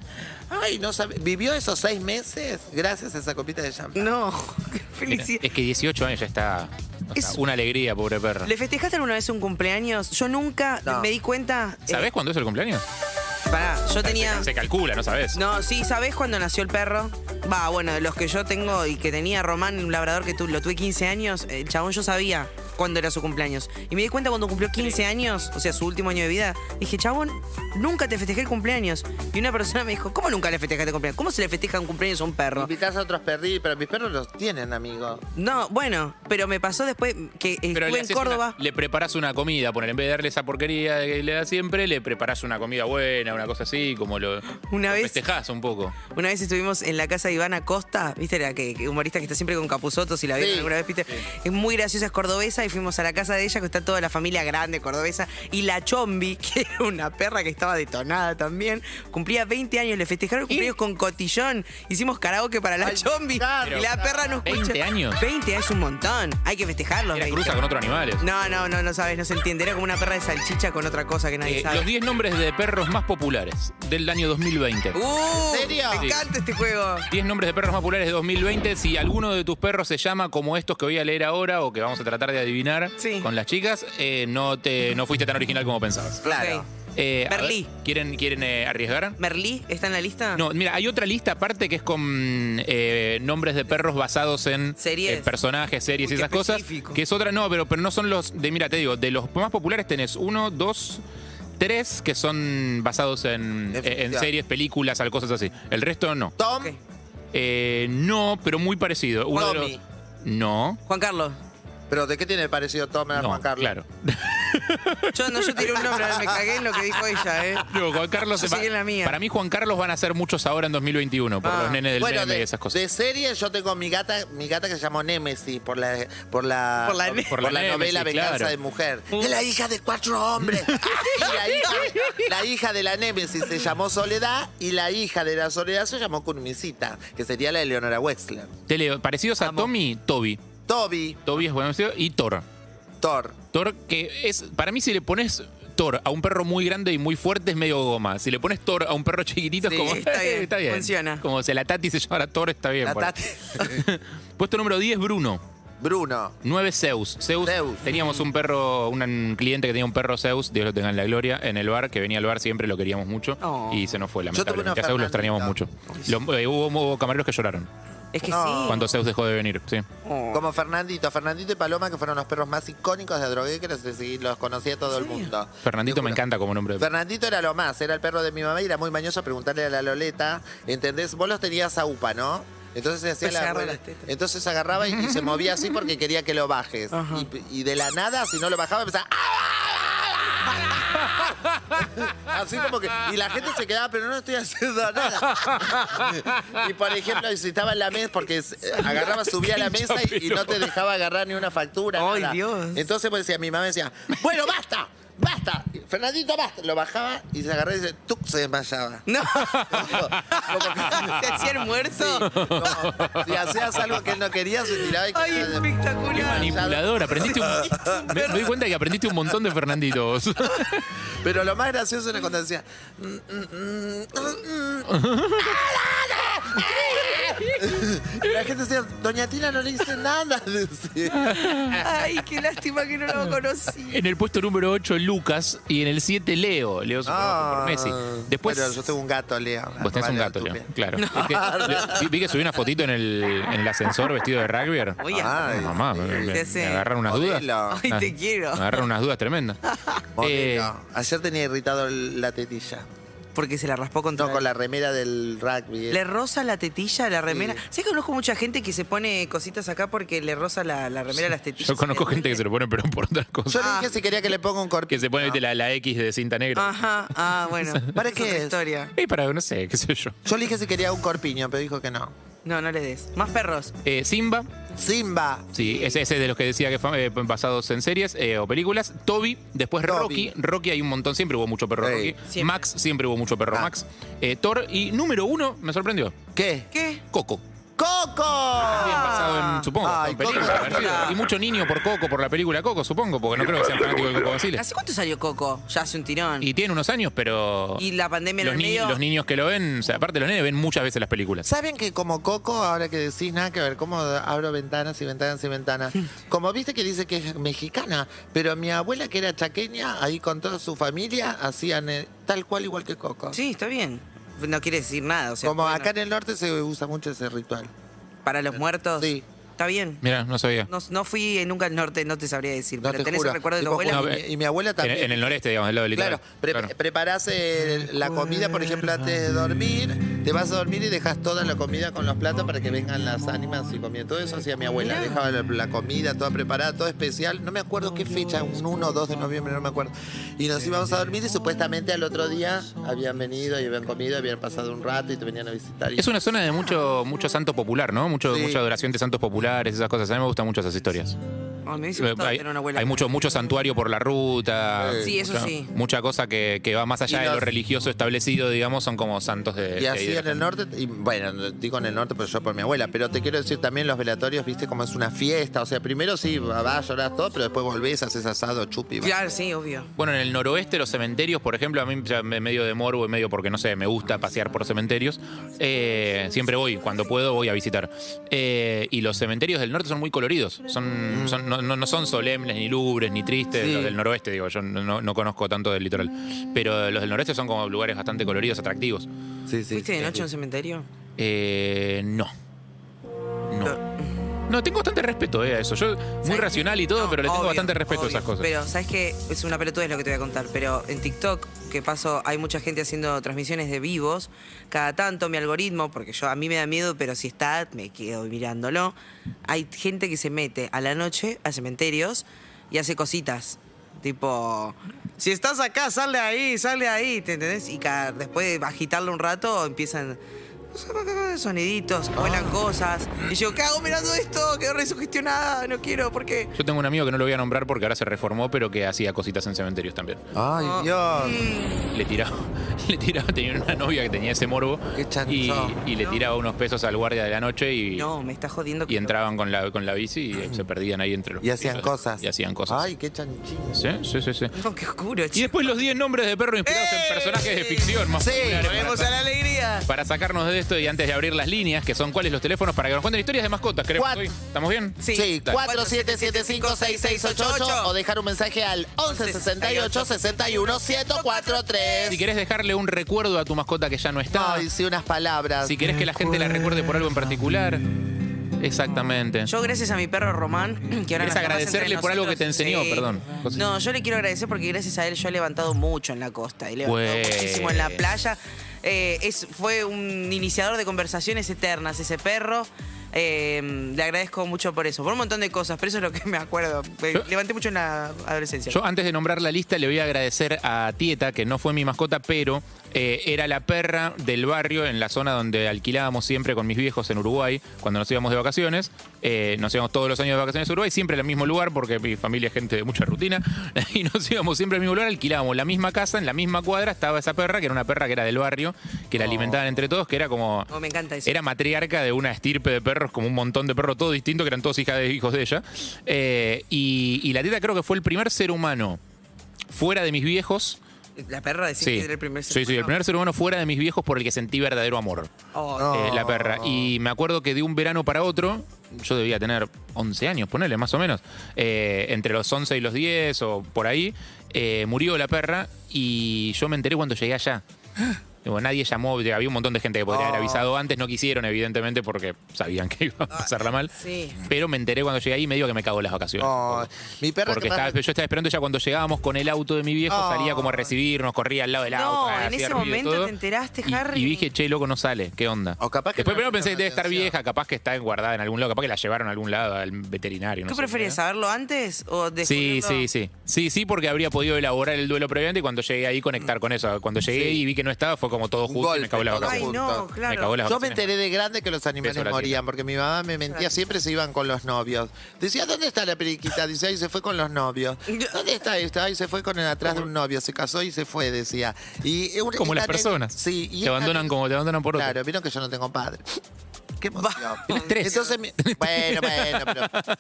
[SPEAKER 9] Ay, no sabe. Vivió esos seis meses gracias a esa copita de champán.
[SPEAKER 3] No, qué
[SPEAKER 10] Mira,
[SPEAKER 3] felicidad.
[SPEAKER 10] es que 18 años ya está. o sea,
[SPEAKER 3] Es-
[SPEAKER 10] una alegría, pobre perro.
[SPEAKER 3] ¿Le festejaste alguna vez un cumpleaños? Yo nunca
[SPEAKER 9] No.
[SPEAKER 3] me di cuenta. eh,
[SPEAKER 10] ¿Sabés cuándo es el cumpleaños?
[SPEAKER 3] pará, yo
[SPEAKER 10] Se-
[SPEAKER 3] tenía.
[SPEAKER 10] Se, calcula, ¿no sabés?
[SPEAKER 3] No, sí, ¿sabés cuándo nació el perro? Va, bueno, de los que yo tengo y que tenía Román, un labrador que tu- lo tuve 15 años, el chabón yo sabía cuándo era su cumpleaños. Y me di cuenta cuando cumplió 15 años, o sea, su último año de vida, dije, chabón, nunca te festejé el cumpleaños. Y una persona me dijo, ¿cómo nunca le festejaste el cumpleaños? ¿Cómo se le festeja un cumpleaños a un perro?
[SPEAKER 9] Invitás a otros perdidos, pero mis perros los tienen, amigo.
[SPEAKER 3] No, bueno, pero me pasó después que eh,
[SPEAKER 10] Pero
[SPEAKER 3] estuve en
[SPEAKER 10] haces una-
[SPEAKER 3] Córdoba.
[SPEAKER 10] le preparás una comida, poner en vez de darle esa porquería que le da siempre, le preparás una comida buena, una cosa así, como lo,
[SPEAKER 3] Una
[SPEAKER 10] lo
[SPEAKER 3] vez-
[SPEAKER 10] festejás un poco.
[SPEAKER 3] Una vez estuvimos en la casa de Ivana Costa, ¿viste? La que, que humorista que está siempre con capuzotos y la vieron
[SPEAKER 9] Sí,
[SPEAKER 3] alguna vez, ¿viste? Es muy graciosa, es cordobesa y fuimos a la casa de ella, que está toda la familia grande cordobesa. Y la Chombi, que era una perra que estaba detonada también, cumplía 20 años, le festejaron cumpleaños con cotillón. Hicimos karaoke para la
[SPEAKER 9] Ay,
[SPEAKER 3] Chombi
[SPEAKER 9] claro.
[SPEAKER 3] y la perra nos escucha.
[SPEAKER 10] 20 años.
[SPEAKER 3] 20 es un montón, hay que festejarlo.
[SPEAKER 10] Era cruza con otros animales.
[SPEAKER 3] No, no, no, no sabes, no se entiende. Era como una perra de salchicha con otra cosa que nadie
[SPEAKER 10] Eh,
[SPEAKER 3] sabe.
[SPEAKER 10] los 10 nombres de perros más populares del año 2020.
[SPEAKER 3] Uh,
[SPEAKER 9] ¿En serio?
[SPEAKER 3] Me encanta este juego.
[SPEAKER 10] 10 nombres de perros más populares de 2020. Si alguno de tus perros se llama como estos que voy a leer ahora o que vamos a tratar de adivinar
[SPEAKER 3] Sí.
[SPEAKER 10] con las chicas, eh, no, te, no fuiste tan original como pensabas.
[SPEAKER 9] Claro.
[SPEAKER 3] Ok.
[SPEAKER 10] Eh, a
[SPEAKER 3] Merlí.
[SPEAKER 10] ver, ¿Quieren, quieren eh, arriesgar?
[SPEAKER 3] ¿Merlí está en la lista?
[SPEAKER 10] No, mira, hay otra lista aparte que es con eh, nombres de perros basados en
[SPEAKER 3] Series.
[SPEAKER 10] eh, personajes, series
[SPEAKER 3] Uy,
[SPEAKER 10] y
[SPEAKER 3] qué
[SPEAKER 10] esas cosas.
[SPEAKER 3] específico.
[SPEAKER 10] Que es otra, no, pero, pero no son los de, mira, te digo, de los más populares tenés uno, dos, tres que son basados en, eh,
[SPEAKER 9] En
[SPEAKER 10] en- en
[SPEAKER 9] ficción.
[SPEAKER 10] series, películas, al- cosas así. El resto no.
[SPEAKER 9] Tom,
[SPEAKER 3] Ok.
[SPEAKER 10] Eh, no, pero muy parecido. Uno de los-
[SPEAKER 9] Tommy.
[SPEAKER 10] No.
[SPEAKER 3] Juan Carlos.
[SPEAKER 9] ¿Pero de qué tiene parecido Tom a
[SPEAKER 10] no,
[SPEAKER 9] Juan Carlos?
[SPEAKER 10] Claro.
[SPEAKER 3] Yo no, yo tiré un nombre, ahora me cagué en lo que dijo ella, ¿eh?
[SPEAKER 10] No, Juan Carlos
[SPEAKER 3] Yo
[SPEAKER 10] se va-
[SPEAKER 3] seguí en la mía.
[SPEAKER 10] Para mí, Juan Carlos van a ser muchos ahora en 2021 por
[SPEAKER 3] Ah,
[SPEAKER 10] los nenes del
[SPEAKER 9] Bueno,
[SPEAKER 10] meme
[SPEAKER 9] de,
[SPEAKER 10] y esas cosas.
[SPEAKER 9] de serie yo tengo mi gata, mi gata que se llamó Nemesis por la por la
[SPEAKER 3] Por la-
[SPEAKER 10] por la Nemesis,
[SPEAKER 9] novela Venganza
[SPEAKER 10] claro.
[SPEAKER 9] de Mujer. Es la hija de cuatro hombres. Y la, hija, la hija de la Nemesis se llamó Soledad y la hija de la Soledad se llamó Curmisita, que sería la de Leonora Wexler.
[SPEAKER 10] Te leo, parecidos a Tommy, Toby.
[SPEAKER 9] Toby,
[SPEAKER 10] Toby es buen parecido y Thor.
[SPEAKER 9] Thor.
[SPEAKER 10] Thor, que es. Para mí, si le pones Thor a un perro muy grande y muy fuerte, es medio goma. Si le pones Thor a un perro chiquitito,
[SPEAKER 3] Sí,
[SPEAKER 10] es como.
[SPEAKER 3] está bien,
[SPEAKER 10] está bien.
[SPEAKER 3] funciona.
[SPEAKER 10] Como si a la Tati se llamara Thor, está bien.
[SPEAKER 9] La
[SPEAKER 10] por ahí.
[SPEAKER 9] Tati.
[SPEAKER 10] Puesto número 10, Bruno.
[SPEAKER 9] Bruno.
[SPEAKER 10] 9 Zeus. Zeus.
[SPEAKER 9] Zeus.
[SPEAKER 10] Teníamos un perro, un, un cliente que tenía un perro Zeus, Dios lo tenga en la gloria, en el bar, que venía al bar siempre, lo queríamos mucho.
[SPEAKER 3] Oh.
[SPEAKER 10] Y se nos fue,
[SPEAKER 9] tuve
[SPEAKER 10] lamentablemente.
[SPEAKER 9] uno
[SPEAKER 10] A Zeus lo
[SPEAKER 9] Fernandito.
[SPEAKER 10] extrañamos mucho. Lo- eh, hubo, hubo camareros que lloraron
[SPEAKER 3] Es que
[SPEAKER 9] No.
[SPEAKER 3] sí.
[SPEAKER 10] cuando Zeus dejó de venir, sí.
[SPEAKER 3] Oh.
[SPEAKER 9] Como Fernandito, Fernandito y Paloma, que fueron los perros más icónicos de Drogué, que los, los conocía todo el mundo. Te
[SPEAKER 10] Fernandito me
[SPEAKER 9] juro.
[SPEAKER 10] encanta como nombre. de-
[SPEAKER 9] Fernandito era lo más, era el perro de mi mamá y era muy mañoso preguntarle a la Loleta, ¿entendés? Vos los tenías a UPA, ¿no? Entonces hacía
[SPEAKER 3] Pues se
[SPEAKER 9] la-
[SPEAKER 3] agarra las tetas.
[SPEAKER 9] Entonces agarraba y, y se movía así porque quería que lo bajes.
[SPEAKER 3] Ajá.
[SPEAKER 9] Y, y de la nada, si no lo bajaba, empezaba. ¡ah! Así como que. Y la gente se quedaba, pero no estoy haciendo nada. Y por ejemplo, y si estaba en la mesa, porque eh, agarraba, subía a la mesa y, y no te dejaba agarrar ni una factura.
[SPEAKER 3] Ay,
[SPEAKER 9] nada.
[SPEAKER 3] Dios.
[SPEAKER 9] Entonces pues, decía, mi mamá decía, bueno, basta, basta. Y, Fernandito, basta. Lo bajaba y se agarraba y dice, tú se desmayaba.
[SPEAKER 3] No.
[SPEAKER 9] Como que-
[SPEAKER 3] ¿Se hacía el muerto?
[SPEAKER 9] Como, si hacías algo que él no quería, se tiraba y
[SPEAKER 3] Ay,
[SPEAKER 9] quedaba de-
[SPEAKER 3] espectacular.
[SPEAKER 10] Manipulador, aprendiste un. me, me doy cuenta que aprendiste un montón de Fernanditos.
[SPEAKER 9] Pero lo más gracioso era cuando decía. "Mm, mm, mm, mm, mm". Y La gente decía, Doña Tina no le dice nada. decía.
[SPEAKER 3] Ay, qué lástima que no lo conocí.
[SPEAKER 10] En el puesto número 8, Lucas. Y en el 7, Leo. Leo se conoce por
[SPEAKER 9] Ah,
[SPEAKER 10] Messi. Después.
[SPEAKER 9] Pero yo tengo un gato, Leo.
[SPEAKER 10] Vos tenés un gato, Leo.
[SPEAKER 9] Estúpido.
[SPEAKER 10] Claro. Es que- vi- vi que subí una fotito en el, en el ascensor vestido de rugby.
[SPEAKER 3] Oye,
[SPEAKER 9] Ay,
[SPEAKER 10] Mamá,
[SPEAKER 9] sí.
[SPEAKER 10] me, me-
[SPEAKER 3] Ya sé.
[SPEAKER 10] me agarraron unas dudas.
[SPEAKER 9] Modelo.
[SPEAKER 3] Ay, te
[SPEAKER 9] Ah.
[SPEAKER 3] quiero.
[SPEAKER 10] Me agarraron unas dudas tremendas. Eh,
[SPEAKER 9] Modelo. Ayer tenía irritado el- la tetilla.
[SPEAKER 3] porque se la raspó contra
[SPEAKER 9] No, con la remera del rugby. eh.
[SPEAKER 3] Le rosa la tetilla, la remera.
[SPEAKER 9] Sí.
[SPEAKER 3] Sé que conozco mucha gente que se pone cositas acá porque le rosa la, la remera a las tetillas.
[SPEAKER 10] Yo conozco gente que se lo pone, pero por otras cosas.
[SPEAKER 3] Yo le dije
[SPEAKER 9] si quería que le ponga un corte.
[SPEAKER 10] Que se pone viste, la, la X de cinta negra.
[SPEAKER 3] Ajá, ah, bueno.
[SPEAKER 9] ¿Para
[SPEAKER 3] Esa
[SPEAKER 9] qué
[SPEAKER 3] otra
[SPEAKER 9] es?
[SPEAKER 3] historia.
[SPEAKER 10] Y para, no sé, qué sé yo.
[SPEAKER 9] Yo le dije si quería un corpiño, pero dijo que no.
[SPEAKER 3] No, no le des. Más perros.
[SPEAKER 10] Eh, Simba.
[SPEAKER 9] Simba.
[SPEAKER 10] Sí, ese, ese es de los que decía que fue eh, basados en series eh, o películas. Toby, después
[SPEAKER 9] Toby.
[SPEAKER 10] Rocky. Rocky hay un montón, siempre hubo mucho perro
[SPEAKER 9] Sí. Ah.
[SPEAKER 10] Rocky. Max, siempre hubo mucho perro Max. Eh, Thor, y número uno, me sorprendió.
[SPEAKER 9] ¿Qué?
[SPEAKER 3] ¿Qué?
[SPEAKER 10] Coco.
[SPEAKER 9] ¡Coco!
[SPEAKER 10] Basado en, supongo,
[SPEAKER 9] Ay,
[SPEAKER 10] en películas,
[SPEAKER 9] Coco,
[SPEAKER 10] parecido.
[SPEAKER 9] mira.
[SPEAKER 10] Y mucho niño por Coco, por la película Coco, supongo, porque no creo que sean fanáticos de Coco Basile.
[SPEAKER 3] ¿Hace cuánto salió Coco? Ya hace un tirón.
[SPEAKER 10] Y tiene unos años, pero.
[SPEAKER 3] Y la pandemia en
[SPEAKER 10] los,
[SPEAKER 3] el
[SPEAKER 10] ni-
[SPEAKER 3] medio.
[SPEAKER 10] los niños que lo ven, o sea, aparte los nenes ven muchas veces las películas.
[SPEAKER 9] ¿Saben que como Coco, ahora que decís nada que ver, cómo abro ventanas y ventanas y ventanas? Como viste que dice que es mexicana, pero mi abuela que era chaqueña, ahí con toda su familia, hacían eh, tal cual igual que Coco.
[SPEAKER 3] Sí, está bien. No quiere decir nada. O sea,
[SPEAKER 9] como
[SPEAKER 3] bueno,
[SPEAKER 9] acá en el norte se usa mucho ese ritual.
[SPEAKER 3] Para los muertos.
[SPEAKER 9] Sí.
[SPEAKER 3] Está bien.
[SPEAKER 10] Mira, no sabía.
[SPEAKER 3] No, no fui nunca al norte, no te sabría decir.
[SPEAKER 9] No
[SPEAKER 3] pero
[SPEAKER 9] te
[SPEAKER 3] tenés
[SPEAKER 9] juro.
[SPEAKER 3] el recuerdo de tu
[SPEAKER 9] Tipo,
[SPEAKER 3] abuela.
[SPEAKER 10] No,
[SPEAKER 9] y, y mi abuela
[SPEAKER 10] En,
[SPEAKER 9] también.
[SPEAKER 10] en el noreste, digamos, del lado del litoral.
[SPEAKER 9] Claro, pre- preparás el- la comida, por ejemplo, antes de dormir, te vas a dormir y dejas toda la comida con los platos para que vengan las ánimas y comida. Todo eso hacía mi abuela, dejaba la, la comida toda preparada, todo especial. No me acuerdo qué fecha, un 1 o 2 de noviembre, no me acuerdo. Y nos íbamos a dormir y supuestamente al otro día habían venido y habían comido, habían pasado un rato y te venían a visitar. y-
[SPEAKER 10] Es una zona de mucho, mucho santo popular, ¿no? Mucho,
[SPEAKER 9] Sí.
[SPEAKER 10] Mucha adoración de santos populares, esas cosas. A mí me gustan mucho esas historias. Eh,
[SPEAKER 3] Ay, Ah, me dice
[SPEAKER 10] hay
[SPEAKER 3] tener una abuela.
[SPEAKER 10] hay mucho, mucho santuario por la ruta.
[SPEAKER 3] Sí, eso
[SPEAKER 10] mucha,
[SPEAKER 3] sí.
[SPEAKER 10] Mucha cosa que, que va más
[SPEAKER 9] Y
[SPEAKER 10] allá de lo
[SPEAKER 9] los-
[SPEAKER 10] religioso establecido, digamos, son como santos de.
[SPEAKER 9] Y
[SPEAKER 10] de-
[SPEAKER 9] así
[SPEAKER 10] de-
[SPEAKER 9] en el norte, y bueno, digo en el norte, pero yo por mi abuela, pero te quiero decir también los velatorios, viste, como es una fiesta, o sea, primero sí, vas, llorás todo, pero después volvés, haces asado, chupi. vas.
[SPEAKER 3] Claro, Ah, sí, obvio.
[SPEAKER 10] Bueno, en el noroeste, los cementerios, por ejemplo, a mí ya me- medio de morbo y medio porque no sé, me gusta pasear por cementerios. Eh, siempre voy, cuando puedo voy a visitar. Eh, y los cementerios del norte son muy coloridos. Son, son- no, no- no son solemnes, ni lubres, ni tristes.
[SPEAKER 9] Sí.
[SPEAKER 10] Los del noroeste, digo, yo no, no- no conozco tanto del litoral. Pero los del noreste son como lugares bastante coloridos, atractivos.
[SPEAKER 9] Sí, sí.
[SPEAKER 3] ¿Fuiste de
[SPEAKER 9] sí,
[SPEAKER 3] noche
[SPEAKER 9] sí.
[SPEAKER 3] a un cementerio?
[SPEAKER 10] Eh, no. No. No, tengo bastante respeto eh, a eso. Yo, muy
[SPEAKER 3] ¿Sabes
[SPEAKER 10] racional y todo,
[SPEAKER 3] No,
[SPEAKER 10] pero le tengo
[SPEAKER 3] obvio,
[SPEAKER 10] bastante respeto a
[SPEAKER 3] obvio.
[SPEAKER 10] esas cosas.
[SPEAKER 3] Pero, ¿sabes qué? Es una pelotudez lo que te voy a contar. Pero en TikTok, que paso, hay mucha gente haciendo transmisiones de vivos. Cada tanto mi algoritmo, porque yo a mí me da miedo, pero si está, me quedo mirándolo. Hay gente que se mete a la noche a cementerios y hace cositas. Tipo, si estás acá, sal de ahí, sal de ahí, ¿te entendés? Y cada- después de agitarlo un rato, empiezan soniditos,
[SPEAKER 10] Ah.
[SPEAKER 3] vuelan cosas. Y yo, ¿qué hago mirando esto? Quedo resugestionada, no quiero, porque...
[SPEAKER 10] Yo tengo un amigo que no lo voy a nombrar porque ahora se reformó, pero que hacía cositas en cementerios también.
[SPEAKER 9] Ay,
[SPEAKER 3] Oh.
[SPEAKER 9] Dios.
[SPEAKER 3] Mm.
[SPEAKER 10] Le tiraba, le tiraba, tenía una novia que tenía ese morbo.
[SPEAKER 9] Qué chancho.
[SPEAKER 10] y, y le tiraba unos pesos al guardia de la noche y,
[SPEAKER 3] No, me está jodiendo.
[SPEAKER 10] y entraban con la, con la bici y se perdían ahí entre los.
[SPEAKER 9] Y hacían
[SPEAKER 10] pisos.
[SPEAKER 9] cosas.
[SPEAKER 10] Y hacían cosas.
[SPEAKER 9] Ay, qué chanchín.
[SPEAKER 10] Sí, sí, sí, sí.
[SPEAKER 3] No, qué oscuro,
[SPEAKER 10] Y
[SPEAKER 3] chico.
[SPEAKER 10] después los 10 nombres de perros inspirados
[SPEAKER 3] ¡Eh!
[SPEAKER 10] en personajes de ficción más
[SPEAKER 3] Sí,
[SPEAKER 10] populares
[SPEAKER 3] volvemos
[SPEAKER 10] para,
[SPEAKER 3] a la alegría.
[SPEAKER 10] para sacarnos de esto y antes de abrir las líneas, que son cuáles los teléfonos para que nos cuenten historias de mascotas, creo.
[SPEAKER 9] Cuat-
[SPEAKER 10] ¿Estamos bien?
[SPEAKER 3] Sí.
[SPEAKER 9] Sí,
[SPEAKER 10] Dale.
[SPEAKER 9] 47756688 o dejar un mensaje al 1168-61-1043.
[SPEAKER 10] Si querés dejarle un recuerdo a tu mascota que ya no está.
[SPEAKER 9] Ay, sí, unas palabras.
[SPEAKER 10] Si querés que la gente la recuerde por algo en particular. Exactamente.
[SPEAKER 3] Yo gracias a mi perro Román, que ahora no
[SPEAKER 10] ¿Querés
[SPEAKER 3] está más
[SPEAKER 10] agradecerle
[SPEAKER 3] entre
[SPEAKER 10] por algo que te
[SPEAKER 3] nosotros. eh,
[SPEAKER 10] enseñó? Perdón. Cosas-
[SPEAKER 3] No, yo le quiero agradecer porque gracias a él yo he levantado mucho en la costa. He levantado
[SPEAKER 10] Bueno.
[SPEAKER 3] muchísimo en la playa. Eh, es, fue un iniciador de conversaciones eternas ese perro. Eh, le agradezco mucho por eso, por un montón de cosas, pero eso es lo que me acuerdo. Eh,
[SPEAKER 10] Yo-
[SPEAKER 3] Levanté mucho en la adolescencia.
[SPEAKER 10] Yo antes de nombrar la lista le voy a agradecer a Tieta, que no fue mi mascota, pero eh, era la perra del barrio en la zona donde alquilábamos siempre con mis viejos en Uruguay, cuando nos íbamos de vacaciones. Eh, nos íbamos todos los años de vacaciones a Uruguay, siempre al mismo lugar, porque mi familia es gente de mucha rutina. Y nos íbamos siempre al mismo lugar, alquilábamos la misma casa, en la misma cuadra estaba esa perra, que era una perra que era del barrio, que la alimentaban entre todos, que era como...
[SPEAKER 3] Oh, me encanta eso.
[SPEAKER 10] Era matriarca de una estirpe de perros, como un montón de perros, todos distintos, que eran todos hijas de hijos de ella. Eh, y, y la teta creo que fue el primer ser humano fuera de mis viejos.
[SPEAKER 3] la perra decía
[SPEAKER 10] Sí,
[SPEAKER 3] que era el primer
[SPEAKER 10] sí, sí, el primer ser humano fuera de mis viejos por el que sentí verdadero amor.
[SPEAKER 3] Oh,
[SPEAKER 10] eh, la perra. Y me acuerdo que de un verano para otro, yo debía tener 11 años, ponele, más o menos, eh, entre los 11 y los 10 o por ahí, eh, murió la perra y yo me enteré cuando llegué allá. Digo, nadie llamó, había un montón de gente que podría haber avisado antes, no quisieron, evidentemente, porque sabían que iba a pasarla mal.
[SPEAKER 3] Sí.
[SPEAKER 10] Pero me enteré cuando llegué ahí y me digo que me cago en las vacaciones.
[SPEAKER 9] Oh, mi perra
[SPEAKER 10] Porque
[SPEAKER 9] que más
[SPEAKER 10] estaba- yo estaba esperando ya cuando llegábamos con el auto de mi viejo,
[SPEAKER 3] Oh.
[SPEAKER 10] salía como a recibirnos, corría al lado del auto.
[SPEAKER 3] No,
[SPEAKER 10] hacía
[SPEAKER 3] en ese
[SPEAKER 10] ruido y
[SPEAKER 3] momento
[SPEAKER 10] todo.
[SPEAKER 3] te enteraste,
[SPEAKER 10] Y-
[SPEAKER 3] Harry.
[SPEAKER 10] Y dije, che, loco, no sale, ¿qué onda? Después primero pensé que debe estar vieja, capaz que está guardada en algún lado, capaz que la llevaron a algún lado, al veterinario. No
[SPEAKER 3] ¿Qué
[SPEAKER 10] sé. ¿eh?
[SPEAKER 3] preferías, saberlo antes o
[SPEAKER 10] Sí,
[SPEAKER 3] descubrirlo?
[SPEAKER 10] sí, sí. Sí, sí, porque habría podido elaborar el duelo previamente y cuando llegué ahí conectar con eso. Cuando llegué y vi que no estaba, fue como todo junto y me
[SPEAKER 9] Mm. golpe,
[SPEAKER 10] cagó la
[SPEAKER 9] todo
[SPEAKER 10] vacación.
[SPEAKER 9] junto.
[SPEAKER 10] Me cagó las
[SPEAKER 9] Yo me
[SPEAKER 10] vacaciones.
[SPEAKER 9] enteré de grande que los animales
[SPEAKER 10] Beso a la
[SPEAKER 9] morían,
[SPEAKER 10] tía.
[SPEAKER 9] porque mi mamá me mentía, siempre se iban con los novios. Decía, ¿dónde está la periquita? Dice, ahí se fue con los novios. ¿Dónde está esta? Ahí se fue con el atrás de un novio, se casó y se fue, decía. Y, eh, una-
[SPEAKER 10] Como las
[SPEAKER 9] esta anécdota-
[SPEAKER 10] personas.
[SPEAKER 9] Sí, y
[SPEAKER 10] te
[SPEAKER 9] esta
[SPEAKER 10] abandonan como te abandonan por otro.
[SPEAKER 9] Claro, vieron que yo no tengo padre. Qué emoción.
[SPEAKER 10] tres.
[SPEAKER 9] Entonces, mi- bueno, bueno, pero.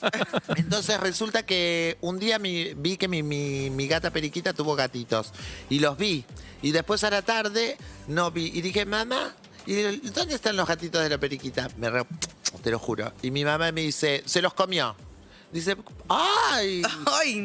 [SPEAKER 9] Entonces resulta que un día mi- vi que mi, mi- mi gata periquita tuvo gatitos. Y los vi. Y después a la tarde no vi. Y dije, mamá, ¿y ¿dónde están los gatitos de la periquita? Me re- te lo juro. Y mi mamá me dice, se los comió. Dice, ¡ay!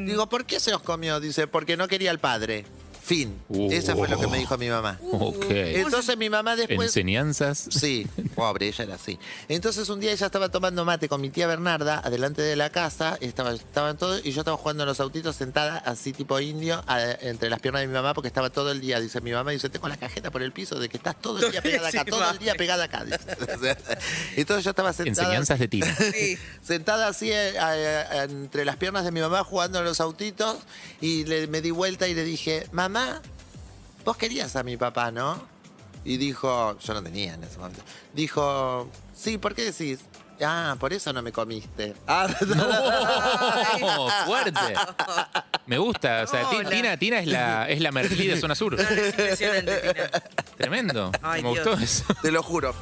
[SPEAKER 9] Digo, ¿por qué se los comió? Dice, porque no quería al padre. Fin. Eso fue lo que me dijo mi mamá.
[SPEAKER 10] Ok.
[SPEAKER 9] Entonces mi mamá después
[SPEAKER 10] Enseñanzas.
[SPEAKER 9] Sí, pobre, ella era así. entonces un día ella estaba tomando mate con mi tía Bernarda, adelante de la casa, estaba, estaban todos, y yo estaba jugando en los autitos sentada así tipo indio, a- entre las piernas de mi mamá, porque estaba todo el día, dice mi mamá, dice, tengo la cajeta por el piso, de que estás todo el día pegada acá, todo el día pegada acá. dice. Entonces yo estaba sentada.
[SPEAKER 10] Enseñanzas de ti.
[SPEAKER 9] Sentada así eh, a- a- entre las piernas de mi mamá jugando a los autitos y le- me di vuelta y le dije, mamá, vos querías a mi papá, ¿no? Y dijo, yo no tenía en ese momento, dijo, sí, ¿por qué decís? Ah, por eso no me comiste. Ah,
[SPEAKER 10] No, Oh, fuerte. Me gusta. O sea, Ti- Tina, Tina es la, es la Merlí de zona sur. Tremendo.
[SPEAKER 3] Ay,
[SPEAKER 10] Me
[SPEAKER 3] Dios.
[SPEAKER 10] gustó eso.
[SPEAKER 9] Te lo juro.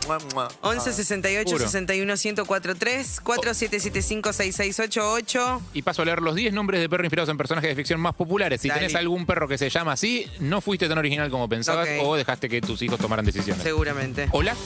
[SPEAKER 3] 11 68 61 1043 4775 6688
[SPEAKER 10] Y paso a leer los 10 nombres de perros inspirados en personajes de ficción más populares. Si
[SPEAKER 3] Dale.
[SPEAKER 10] tenés algún perro que se llama así, no fuiste tan original como pensabas
[SPEAKER 3] Ok.
[SPEAKER 10] o dejaste que tus hijos tomaran decisiones.
[SPEAKER 3] Seguramente.
[SPEAKER 10] Olaf,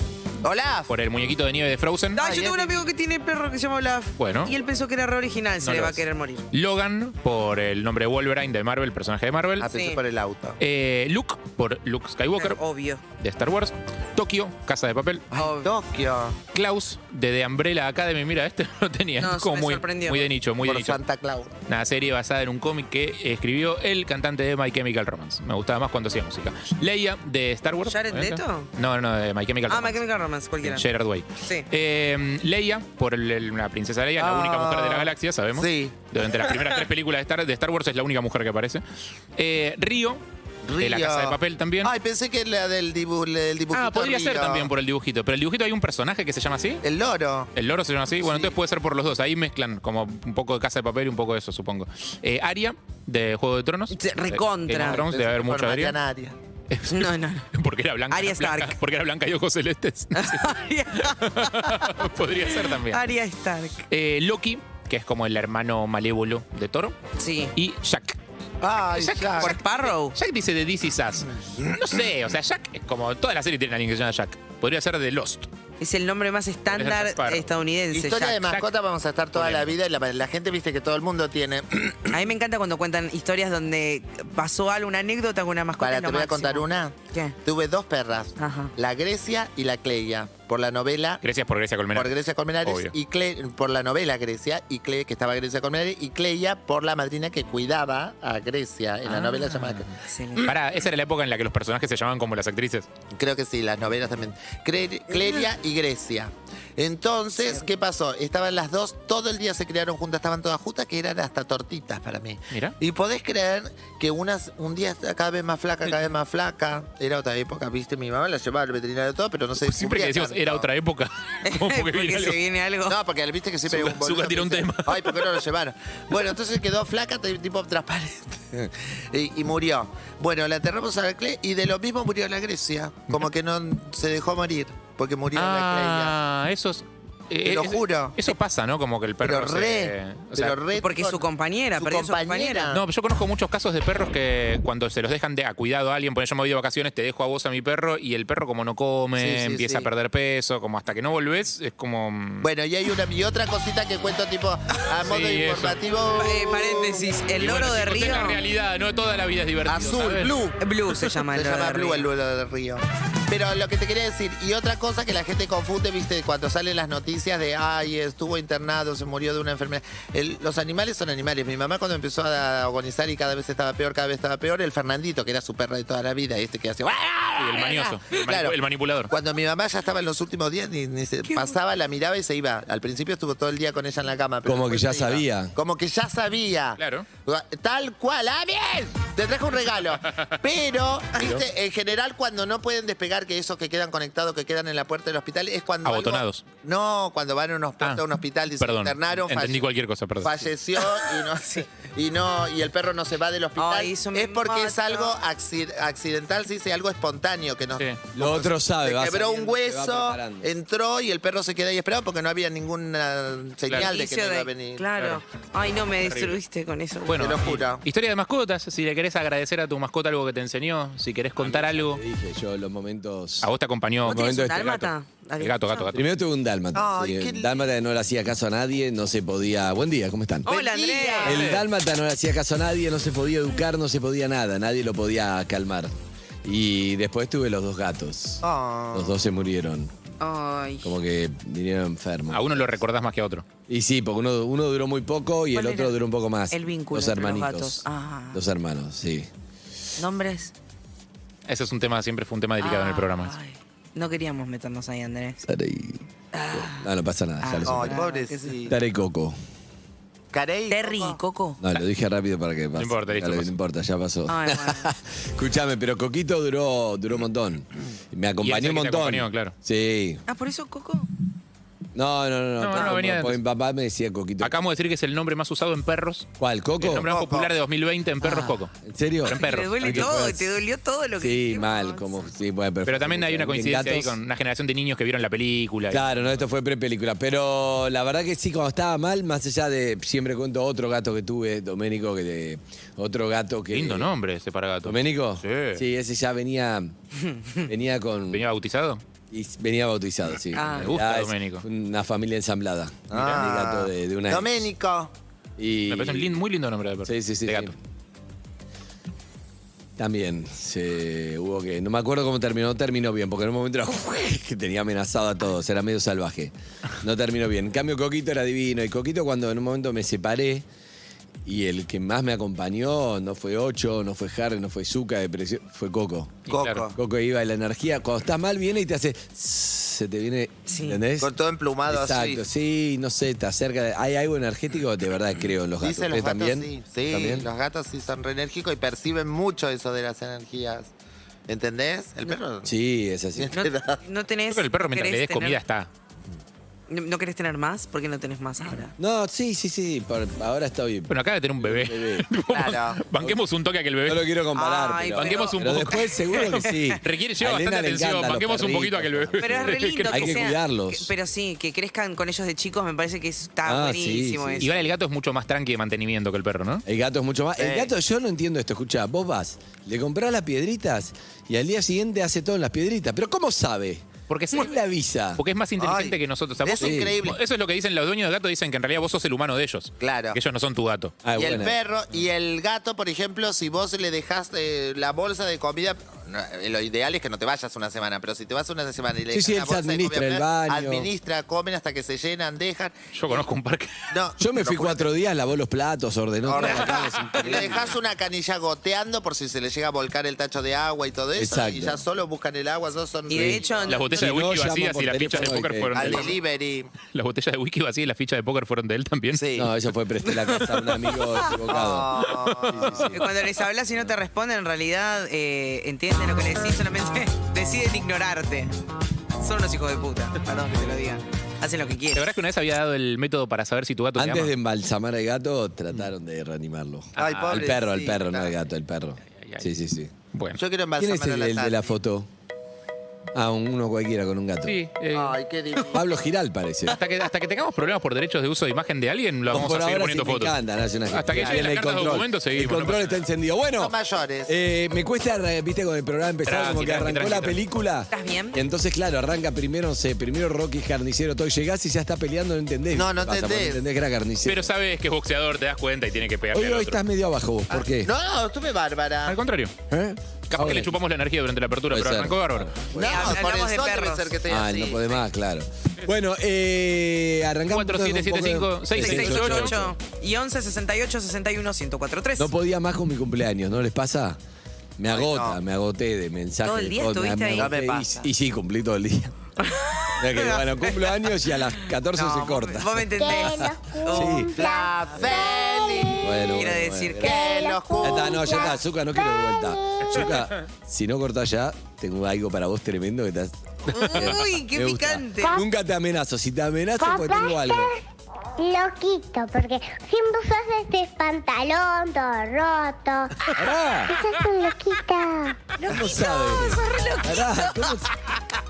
[SPEAKER 3] Olaf.
[SPEAKER 10] por el muñequito de nieve de Frozen.
[SPEAKER 3] Ay, yo tengo un amigo que tiene perro que se llama Olaf.
[SPEAKER 10] Bueno.
[SPEAKER 3] Y él pensó que era re original, se
[SPEAKER 10] No
[SPEAKER 3] le
[SPEAKER 10] lo
[SPEAKER 3] va a
[SPEAKER 10] es.
[SPEAKER 3] querer morir.
[SPEAKER 10] Logan, por el nombre de Wolverine de Marvel, personaje de Marvel. Eh,
[SPEAKER 9] Ah, pensé Sí. por el auto.
[SPEAKER 10] Luke, por Luke Skywalker.
[SPEAKER 3] obvio.
[SPEAKER 10] De Star Wars. Tokio, Casa de Papel.
[SPEAKER 9] Tokio.
[SPEAKER 10] Klaus, de The Umbrella Academy. Mira, este no lo tenía.
[SPEAKER 3] No,
[SPEAKER 10] es como
[SPEAKER 3] me
[SPEAKER 10] muy,
[SPEAKER 3] sorprendió.
[SPEAKER 10] muy de nicho, muy
[SPEAKER 9] por
[SPEAKER 10] de nicho.
[SPEAKER 9] Santa Claus.
[SPEAKER 10] Una serie basada en un cómic que escribió el cantante de My Chemical Romance. Me gustaba más cuando hacía música. Leia, de Star Wars. ¿Eh?
[SPEAKER 3] ¿Jared Leto?
[SPEAKER 10] No, no, de My Chemical
[SPEAKER 3] Ah,
[SPEAKER 10] Romance.
[SPEAKER 3] My Chemical Romance, cualquiera.
[SPEAKER 10] Gerard Way.
[SPEAKER 3] Sí.
[SPEAKER 10] Eh, Leia, por el- el- la princesa Leia,
[SPEAKER 3] Ah.
[SPEAKER 10] la única mujer de la galaxia, sabemos.
[SPEAKER 9] Sí.
[SPEAKER 10] Durante las primeras tres películas de Star, de Star Wars es la única mujer que aparece. Eh, Río, de la
[SPEAKER 9] Río.
[SPEAKER 10] Casa de Papel también.
[SPEAKER 9] Ay, pensé que la del, dibu, la del dibujito.
[SPEAKER 10] ah, podría ser
[SPEAKER 9] Río.
[SPEAKER 10] también por el dibujito. Pero el dibujito hay un personaje que se llama así.
[SPEAKER 9] El loro.
[SPEAKER 10] El loro se llama así. Bueno, entonces puede ser por los dos. Ahí mezclan como un poco de Casa de Papel y un poco de eso, supongo. Eh, Aria, de Juego de Tronos. De-
[SPEAKER 3] recontra.
[SPEAKER 10] Game of Thrones, debe haber
[SPEAKER 9] Por
[SPEAKER 10] mucho Aria.
[SPEAKER 9] Mariana Arias.
[SPEAKER 3] No, no.
[SPEAKER 10] Porque era blanca.
[SPEAKER 3] Arya
[SPEAKER 10] era blanca-
[SPEAKER 3] Stark.
[SPEAKER 10] Porque era blanca y ojos celestes. Podría ser también.
[SPEAKER 3] Arya Stark.
[SPEAKER 10] Eh, Loki, que es como el hermano malévolo de Toro.
[SPEAKER 3] Sí.
[SPEAKER 10] Y Jack.
[SPEAKER 9] Ay, Jack.
[SPEAKER 3] Por Sparrow.
[SPEAKER 10] Jack dice de This Is Us. No sé, o sea, Jack es como toda la serie tiene a alguien que se llama Jack. Podría ser de Lost.
[SPEAKER 3] Es el nombre más estándar
[SPEAKER 10] Es Sparrow.
[SPEAKER 3] estadounidense.
[SPEAKER 9] Historia
[SPEAKER 3] Jack.
[SPEAKER 9] de mascota vamos a estar toda la vida y la, la gente viste que todo el mundo tiene.
[SPEAKER 3] A mí me encanta cuando cuentan historias donde pasó algo, una anécdota con una mascota.
[SPEAKER 9] Para,
[SPEAKER 3] es
[SPEAKER 9] te
[SPEAKER 3] lo
[SPEAKER 9] voy a
[SPEAKER 3] máximo.
[SPEAKER 9] contar una.
[SPEAKER 3] ¿Qué?
[SPEAKER 9] Tuve dos perras,
[SPEAKER 3] Ajá.
[SPEAKER 9] la Grecia y la Cleia, por la novela.
[SPEAKER 10] Gracias por Grecia Colmenares.
[SPEAKER 9] Por Grecia Colmenares
[SPEAKER 10] Obvio.
[SPEAKER 9] y Cle- por la novela Grecia y Cle- que estaba Grecia Colmenares y Cleia por la madrina que cuidaba a Grecia en
[SPEAKER 10] Ah.
[SPEAKER 9] la novela llamada
[SPEAKER 10] Pará, esa era la época en la que los personajes se llamaban como las actrices.
[SPEAKER 9] Creo que sí, las novelas también. Cre- Clelia y Grecia. Entonces, ¿qué pasó? Estaban las dos, todo el día se criaron juntas, estaban todas juntas, que eran hasta tortitas para mí.
[SPEAKER 10] Mira.
[SPEAKER 9] Y podés creer que unas, un día está cada vez más flaca, cada vez más flaca. Era otra época, viste, mi mamá la llevaba al veterinario y todo, pero no sé.
[SPEAKER 10] Pues Siempre que decimos era otra época. como porque viene algo.
[SPEAKER 3] viene algo.
[SPEAKER 9] No, porque viste que siempre hay
[SPEAKER 10] Zucca-
[SPEAKER 9] boludo
[SPEAKER 10] Zucca tira
[SPEAKER 9] que
[SPEAKER 10] un
[SPEAKER 9] dice,
[SPEAKER 10] tema.
[SPEAKER 9] Ay, ¿por qué no lo llevaron? Bueno, entonces quedó flaca, t- tipo transparente. Y, y murió. Bueno, la enterramos a la Cle y de lo mismo murió la Grecia. Como que no se dejó morir, porque murió la
[SPEAKER 10] Ah, esos. Te
[SPEAKER 3] lo juro.
[SPEAKER 10] Eso pasa, ¿no? Como que el perro.
[SPEAKER 3] Pero
[SPEAKER 10] se-
[SPEAKER 3] re,
[SPEAKER 10] o sea,
[SPEAKER 3] pero re Porque es su con- compañera, su perdió su compañera. compañera.
[SPEAKER 10] No, pero yo conozco muchos casos de perros que cuando se los dejan de a cuidado a alguien, por yo me voy de vacaciones, te dejo a vos a mi perro y el perro, como no come,
[SPEAKER 9] Sí, sí, sí.
[SPEAKER 10] empieza a perder peso, como hasta que no volvés, es como. mm,
[SPEAKER 9] Bueno, y hay una y otra cosita que cuento tipo a modo
[SPEAKER 10] Sí, eso.
[SPEAKER 9] informativo.
[SPEAKER 3] Eh, paréntesis, el
[SPEAKER 10] Y
[SPEAKER 3] loro
[SPEAKER 10] bueno,
[SPEAKER 3] de
[SPEAKER 10] chicos,
[SPEAKER 3] Río.
[SPEAKER 10] Es la realidad, no toda la vida es divertida.
[SPEAKER 9] Azul, blue.
[SPEAKER 3] Blue se llama el
[SPEAKER 9] Se
[SPEAKER 3] loro
[SPEAKER 9] llama
[SPEAKER 3] de
[SPEAKER 9] Blue
[SPEAKER 3] Río.
[SPEAKER 9] el duelo del río. Pero lo que te quería decir, y otra cosa que la gente confunde, viste, cuando salen las noticias de, ay, estuvo internado, se murió de una enfermedad. El- los animales son animales. Mi mamá cuando empezó a agonizar y cada vez estaba peor, cada vez estaba peor, el Fernandito, que era su perra de toda la vida, este que hace...
[SPEAKER 3] Ah,
[SPEAKER 10] el mañoso, el manipu- el manipulador.
[SPEAKER 9] Cuando mi mamá ya estaba en los últimos días, ni, ni se pasaba, la miraba y se iba. Al principio estuvo todo el día con ella en la cama. pero
[SPEAKER 2] Como que
[SPEAKER 9] después
[SPEAKER 2] ya
[SPEAKER 9] se iba.
[SPEAKER 2] sabía.
[SPEAKER 9] Como que ya sabía.
[SPEAKER 10] Claro.
[SPEAKER 9] Tal cual. ¡Ah, bien! Te traje un regalo. Pero, viste, en general, cuando no pueden despegar, que esos que quedan conectados, que quedan en la puerta del hospital, es cuando. algo-
[SPEAKER 10] Abotonados. Ah,
[SPEAKER 9] no, cuando van a, unos, a un hospital, dicen,
[SPEAKER 10] Perdón.
[SPEAKER 9] internaron,
[SPEAKER 10] Entendí
[SPEAKER 9] falle-
[SPEAKER 10] cualquier cosa, perdón.
[SPEAKER 9] falleció y no, y no y el perro no se va del hospital. es porque es algo acci- accidental, se dice algo espontáneo que no.
[SPEAKER 2] Lo otro sabe, va
[SPEAKER 9] Se quebró un
[SPEAKER 2] sabiendo, se va
[SPEAKER 9] hueso,
[SPEAKER 2] preparando.
[SPEAKER 9] entró y el perro se quedó ahí esperando porque no había ninguna señal de que no
[SPEAKER 3] Inicio
[SPEAKER 9] iba
[SPEAKER 3] de-
[SPEAKER 9] a venir.
[SPEAKER 3] Claro. Ay, no me
[SPEAKER 10] Terrible.
[SPEAKER 3] destruiste con eso.
[SPEAKER 10] Bueno,
[SPEAKER 9] Te lo juro.
[SPEAKER 10] y- historia de mascotas, si le querés agradecer a tu mascota algo que te enseñó, si querés contar algo.
[SPEAKER 2] Dije yo, los momentos.
[SPEAKER 10] A vos te acompañó.
[SPEAKER 2] ¿Vos tenés
[SPEAKER 10] momentos
[SPEAKER 2] un
[SPEAKER 10] de este
[SPEAKER 2] dálmata?
[SPEAKER 10] Gato. El gato, gato, gato.
[SPEAKER 2] Primero tuve un dálmata. sí,
[SPEAKER 10] Ay, qué
[SPEAKER 2] el
[SPEAKER 10] lindo.
[SPEAKER 2] dálmata no le hacía caso a nadie, no se podía. Buen día, ¿cómo están?
[SPEAKER 3] Hola, Andrea.
[SPEAKER 2] El dálmata no le hacía caso a nadie, no se podía educar, no se podía nada, nadie lo podía calmar. Y después tuve los dos gatos.
[SPEAKER 9] Ah.
[SPEAKER 2] Los dos se murieron.
[SPEAKER 3] Ay.
[SPEAKER 2] Como que vinieron enfermos.
[SPEAKER 10] A uno lo recordás más que a otro.
[SPEAKER 2] Y sí, porque uno, uno duró muy poco y el
[SPEAKER 3] ¿Cuál
[SPEAKER 2] otro
[SPEAKER 3] era?
[SPEAKER 2] duró un poco más.
[SPEAKER 3] El vínculo
[SPEAKER 2] Los
[SPEAKER 3] entre los
[SPEAKER 2] hermanitos.
[SPEAKER 3] gatos. Ah.
[SPEAKER 2] Los hermanos, sí.
[SPEAKER 3] Nombres. Ah,
[SPEAKER 10] Ese es un tema, siempre fue un tema delicado en
[SPEAKER 2] Ah.
[SPEAKER 10] el programa.
[SPEAKER 3] No queríamos meternos ahí, Andrés. Ah.
[SPEAKER 2] Ah, No, no pasa nada. ya lo
[SPEAKER 9] Ay,
[SPEAKER 2] superé.
[SPEAKER 9] oh, pobrecito.
[SPEAKER 2] Tare Coco.
[SPEAKER 9] Carey.
[SPEAKER 3] Terry y Coco.
[SPEAKER 2] No, Ah, lo dije rápido para que pase.
[SPEAKER 10] importa, listo,
[SPEAKER 2] Dale,
[SPEAKER 10] pasó.
[SPEAKER 2] No importa, ya pasó.
[SPEAKER 3] Ay,
[SPEAKER 2] Escuchame, pero Coquito duró, duró un montón. Me
[SPEAKER 10] Y
[SPEAKER 2] acompañó
[SPEAKER 10] es el
[SPEAKER 2] un
[SPEAKER 10] que te
[SPEAKER 2] montón.
[SPEAKER 10] acompañó, claro.
[SPEAKER 2] Sí.
[SPEAKER 3] Ah, por eso Coco.
[SPEAKER 2] No, no, no.
[SPEAKER 10] No, no,
[SPEAKER 2] tampoco,
[SPEAKER 10] venía de
[SPEAKER 2] porque Mi papá me decía Coquito.
[SPEAKER 10] Acabamos de decir que es el nombre más usado en perros.
[SPEAKER 2] ¿Cuál? ¿Coco?
[SPEAKER 10] El nombre más popular de 2020 en
[SPEAKER 2] Ah.
[SPEAKER 10] perros, Coco.
[SPEAKER 2] ¿En serio?
[SPEAKER 10] Pero en perros.
[SPEAKER 3] Te duele
[SPEAKER 10] Tranquilo.
[SPEAKER 3] todo, te dolió todo lo que.
[SPEAKER 2] Sí, mal, como. Sí, bueno,
[SPEAKER 10] Pero también hay una
[SPEAKER 2] En
[SPEAKER 10] coincidencia ahí
[SPEAKER 2] gatos-
[SPEAKER 10] con una generación de niños que vieron la película.
[SPEAKER 2] Claro, no, esto fue pre-película. Pero la verdad que sí, cuando estaba mal, más allá de. Siempre cuento otro gato que tuve, Doménico, que de. Otro gato que.
[SPEAKER 10] Lindo nombre ese para gato.
[SPEAKER 2] ¿Doménico?
[SPEAKER 10] Sí.
[SPEAKER 2] Sí, ese ya venía. Venía con.
[SPEAKER 10] ¿Venía bautizado?
[SPEAKER 2] Y venía bautizado, sí.
[SPEAKER 10] Ah. Me
[SPEAKER 2] En
[SPEAKER 10] gusta
[SPEAKER 2] realidad es
[SPEAKER 10] Doménico.
[SPEAKER 2] Una familia ensamblada.
[SPEAKER 9] Ah.
[SPEAKER 2] Mi gato de, de una.
[SPEAKER 9] Doménico.
[SPEAKER 2] Y
[SPEAKER 10] Me parece un lindo- muy lindo nombre de perro. Sí, sí, sí. De gato.
[SPEAKER 2] también se, hubo que. No me acuerdo cómo terminó, no terminó bien, porque en un momento era que tenía amenazado a todos, era medio salvaje. No terminó bien. En cambio, Coquito era divino. Y Coquito, cuando en un momento me separé. Y el que más me acompañó no fue Ocho, no fue Harry, no fue Zuka, depresión, fue Coco.
[SPEAKER 9] Coco. claro.
[SPEAKER 2] Coco iba y la energía, cuando estás mal viene y te hace... Se te viene, ¿entendés?
[SPEAKER 9] Con todo emplumado así.
[SPEAKER 2] Exacto, sí, no sé, te acerca. de- Hay algo energético, de verdad creo en los gatos.
[SPEAKER 9] Dicen los
[SPEAKER 2] ¿Ustedes
[SPEAKER 9] gatos
[SPEAKER 2] también?
[SPEAKER 9] sí, sí,
[SPEAKER 2] ¿También?
[SPEAKER 9] los gatos sí son reenérgicos y perciben mucho eso de las energías. ¿Entendés? El perro.
[SPEAKER 2] Sí, es así.
[SPEAKER 9] Tiene edad.
[SPEAKER 3] No tenés.
[SPEAKER 10] Pero el perro mientras le des
[SPEAKER 3] querés
[SPEAKER 10] comida
[SPEAKER 3] tener-
[SPEAKER 10] está.
[SPEAKER 3] No, no querés tener más porque no tenés más ahora.
[SPEAKER 2] No, sí, sí, sí. por- ahora estoy.
[SPEAKER 10] Bueno, acaba de tener un bebé.
[SPEAKER 9] Claro.
[SPEAKER 10] Banquemos un toque a que el bebé.
[SPEAKER 2] No lo quiero comparar.
[SPEAKER 3] Ay,
[SPEAKER 2] pero,
[SPEAKER 10] Banquemos un
[SPEAKER 2] pero
[SPEAKER 10] poco.
[SPEAKER 2] después seguro que sí.
[SPEAKER 10] Requiere
[SPEAKER 2] A
[SPEAKER 10] lleva
[SPEAKER 2] Elena
[SPEAKER 10] bastante
[SPEAKER 2] le
[SPEAKER 10] atención.
[SPEAKER 2] encantan los
[SPEAKER 10] Banquemos un poquito a que el bebé.
[SPEAKER 2] perritos.
[SPEAKER 3] Pero es re lindo
[SPEAKER 2] Hay que
[SPEAKER 3] sea-
[SPEAKER 2] cuidarlos.
[SPEAKER 3] que- pero sí, que crezcan con ellos de chicos me parece que está
[SPEAKER 2] Ah, sí,
[SPEAKER 3] buenísimo
[SPEAKER 2] sí.
[SPEAKER 3] eso.
[SPEAKER 10] Igual el gato es mucho más tranqui de mantenimiento que el perro, ¿no?
[SPEAKER 2] El gato es mucho más. El
[SPEAKER 10] Sí.
[SPEAKER 2] gato, yo no entiendo esto. Escucha, vos vas, le comprás las piedritas y al día siguiente hace todo en las piedritas. Pero ¿cómo sabe?
[SPEAKER 10] Porque
[SPEAKER 2] ¿Cómo le avisa?
[SPEAKER 10] Porque es más inteligente
[SPEAKER 9] Ay,
[SPEAKER 10] que nosotros. O sea,
[SPEAKER 9] es
[SPEAKER 10] vos sos-
[SPEAKER 9] increíble.
[SPEAKER 10] Eso es lo que dicen los dueños de gatos, dicen que en realidad vos sos el humano de ellos.
[SPEAKER 9] Claro.
[SPEAKER 10] Que ellos no son tu gato.
[SPEAKER 2] Ah,
[SPEAKER 9] y el
[SPEAKER 2] buena.
[SPEAKER 9] perro y el gato, por ejemplo, si vos le dejás eh, la bolsa de comida, no, eh, lo ideal es que no te vayas una semana, pero si te vas una semana y le
[SPEAKER 2] Sí,
[SPEAKER 9] dejas
[SPEAKER 2] sí,
[SPEAKER 9] la
[SPEAKER 2] él se
[SPEAKER 9] bolsa de
[SPEAKER 2] administra
[SPEAKER 9] comida,
[SPEAKER 2] el baño.
[SPEAKER 9] administra, comen hasta que se llenan, dejan.
[SPEAKER 10] Yo conozco un parque.
[SPEAKER 9] No,
[SPEAKER 2] Yo me fui
[SPEAKER 9] locura.
[SPEAKER 2] cuatro días, lavó los platos, ordenó.
[SPEAKER 9] Ahora,
[SPEAKER 2] todo.
[SPEAKER 9] y le dejas una canilla goteando por si se le llega a volcar el tacho de agua y todo eso.
[SPEAKER 2] Exacto.
[SPEAKER 9] Y ya solo buscan el agua, solo son
[SPEAKER 3] Y de hecho,
[SPEAKER 10] Las botellas
[SPEAKER 2] Si
[SPEAKER 10] de
[SPEAKER 2] no,
[SPEAKER 10] whisky
[SPEAKER 2] llaman
[SPEAKER 10] vacías
[SPEAKER 2] por
[SPEAKER 10] y las fichas de
[SPEAKER 2] teléfono y
[SPEAKER 10] póker
[SPEAKER 2] te-
[SPEAKER 10] fueron de
[SPEAKER 9] al
[SPEAKER 10] él.
[SPEAKER 9] delivery.
[SPEAKER 10] Las botellas de whisky vacías y las fichas de póker fueron de él también.
[SPEAKER 9] Sí.
[SPEAKER 2] No, eso fue presté la casa a un amigo equivocado.
[SPEAKER 9] Ah.
[SPEAKER 3] Que Cuando les hablas y no te responden, en realidad eh, entienden lo que les decís, solamente deciden ignorarte. Son unos hijos de puta, perdón que te lo diga. Hacen lo que
[SPEAKER 10] La
[SPEAKER 3] quieren.
[SPEAKER 10] verdad es que una vez había dado el método para saber si tu gato te
[SPEAKER 2] Antes
[SPEAKER 10] ama.
[SPEAKER 2] de embalsamar al gato, trataron de reanimarlo.
[SPEAKER 9] Ay,
[SPEAKER 2] El
[SPEAKER 9] pobre,
[SPEAKER 2] perro, el
[SPEAKER 9] Eh, sí,
[SPEAKER 2] perro, no
[SPEAKER 9] claro.
[SPEAKER 2] el gato, el perro.
[SPEAKER 10] ay, ay.
[SPEAKER 2] Sí, sí, sí.
[SPEAKER 10] Bueno.
[SPEAKER 9] Yo quiero
[SPEAKER 2] ¿Quién
[SPEAKER 9] embalsamar
[SPEAKER 2] es el,
[SPEAKER 9] a la
[SPEAKER 2] el de
[SPEAKER 9] Tati.
[SPEAKER 2] la foto? Ah, un- uno cualquiera con un gato.
[SPEAKER 9] Ay, qué divino.
[SPEAKER 2] Pablo Giral parece.
[SPEAKER 10] Hasta que, hasta que tengamos problemas por derechos de uso de imagen de alguien, lo
[SPEAKER 2] Por
[SPEAKER 10] vamos a seguir
[SPEAKER 2] ahora
[SPEAKER 10] poniendo
[SPEAKER 2] sí me
[SPEAKER 10] fotos.
[SPEAKER 2] encanta, Nacional.
[SPEAKER 10] hasta que
[SPEAKER 2] Bien,
[SPEAKER 10] lleguen las
[SPEAKER 2] el
[SPEAKER 10] cartas de
[SPEAKER 2] control.
[SPEAKER 10] documento,
[SPEAKER 2] El
[SPEAKER 10] seguimos. no
[SPEAKER 2] control
[SPEAKER 10] pasa
[SPEAKER 2] está
[SPEAKER 10] nada.
[SPEAKER 2] encendido. Bueno,
[SPEAKER 9] Son mayores.
[SPEAKER 2] eh, me cuesta, eh, viste, con el programa empezar
[SPEAKER 10] Tranqui,
[SPEAKER 2] como que
[SPEAKER 10] tranqui,
[SPEAKER 2] arrancó
[SPEAKER 10] tranqui,
[SPEAKER 2] la
[SPEAKER 10] tranqui.
[SPEAKER 2] película. ¿Estás bien? Entonces, claro, arranca primero, no sé, primero Rocky Carnicero, todo llegás y ya está peleando, no entendés.
[SPEAKER 9] No, no
[SPEAKER 2] qué pasa, porque
[SPEAKER 9] entendés.
[SPEAKER 2] entendés que era carnicero.
[SPEAKER 10] Pero sabes que es boxeador, te das cuenta y tiene que pegarle
[SPEAKER 2] hoy
[SPEAKER 10] al
[SPEAKER 2] hoy
[SPEAKER 10] otro. Ah,
[SPEAKER 2] estás medio abajo vos, ¿por qué?
[SPEAKER 9] No, no, estuve bárbara.
[SPEAKER 10] Al contrario.
[SPEAKER 2] ¿Eh?
[SPEAKER 10] Capaz que le chupamos la energía durante la apertura,
[SPEAKER 2] Puede
[SPEAKER 10] pero
[SPEAKER 2] ser.
[SPEAKER 10] arrancó bárbaro.
[SPEAKER 9] No, por el sol debe ser que estoy
[SPEAKER 2] Ah,
[SPEAKER 9] así.
[SPEAKER 2] no puede más, claro. Bueno, eh, arrancamos. entonces un poco-
[SPEAKER 3] 668 y 11 68 61 1043.
[SPEAKER 2] No podía más con mi cumpleaños, ¿no les pasa? Me agota,
[SPEAKER 11] Ah,
[SPEAKER 2] me agoté de mensajes.
[SPEAKER 3] Todo el
[SPEAKER 2] de
[SPEAKER 3] día
[SPEAKER 2] me-
[SPEAKER 3] estuviste
[SPEAKER 2] me
[SPEAKER 3] ahí.
[SPEAKER 2] agoté
[SPEAKER 3] No me
[SPEAKER 2] y-
[SPEAKER 3] pasa.
[SPEAKER 2] Y, sí, cumplí todo el día. O sea que, bueno, cumplo años y a las 14 se corta.
[SPEAKER 3] Vos me entendés.
[SPEAKER 2] Sí.
[SPEAKER 9] La feliz.
[SPEAKER 2] Bueno,
[SPEAKER 3] Quiero
[SPEAKER 2] bueno,
[SPEAKER 3] decir
[SPEAKER 2] bueno.
[SPEAKER 3] que los
[SPEAKER 2] Ya está, no, ya está, Zuka, no quiero de vuelta. Zuka, si no cortás ya, tengo algo para vos tremendo que te has-
[SPEAKER 3] Uy, qué
[SPEAKER 2] Me gusta.
[SPEAKER 3] picante.
[SPEAKER 2] Nunca te amenazo, si te amenazo
[SPEAKER 12] Capaz
[SPEAKER 2] porque tengo algo.
[SPEAKER 12] Loquito, porque siempre usas este pantalón todo roto.
[SPEAKER 2] Pará.
[SPEAKER 12] Sos un loquita.
[SPEAKER 2] ¿Cómo sabes? Pará, ¿cómo s-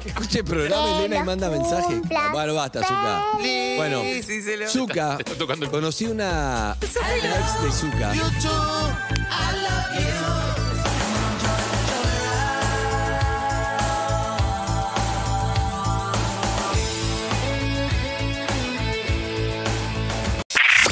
[SPEAKER 2] Escuche el programa,
[SPEAKER 12] Que
[SPEAKER 2] Elena, y
[SPEAKER 12] los
[SPEAKER 2] manda mensaje.
[SPEAKER 12] cumplas
[SPEAKER 2] Bueno, basta, Zuka.
[SPEAKER 9] feliz.
[SPEAKER 2] Bueno,
[SPEAKER 3] Sí, se lo-
[SPEAKER 2] Zuka, conocí una, una ex de Zuka.
[SPEAKER 9] You too, I love you.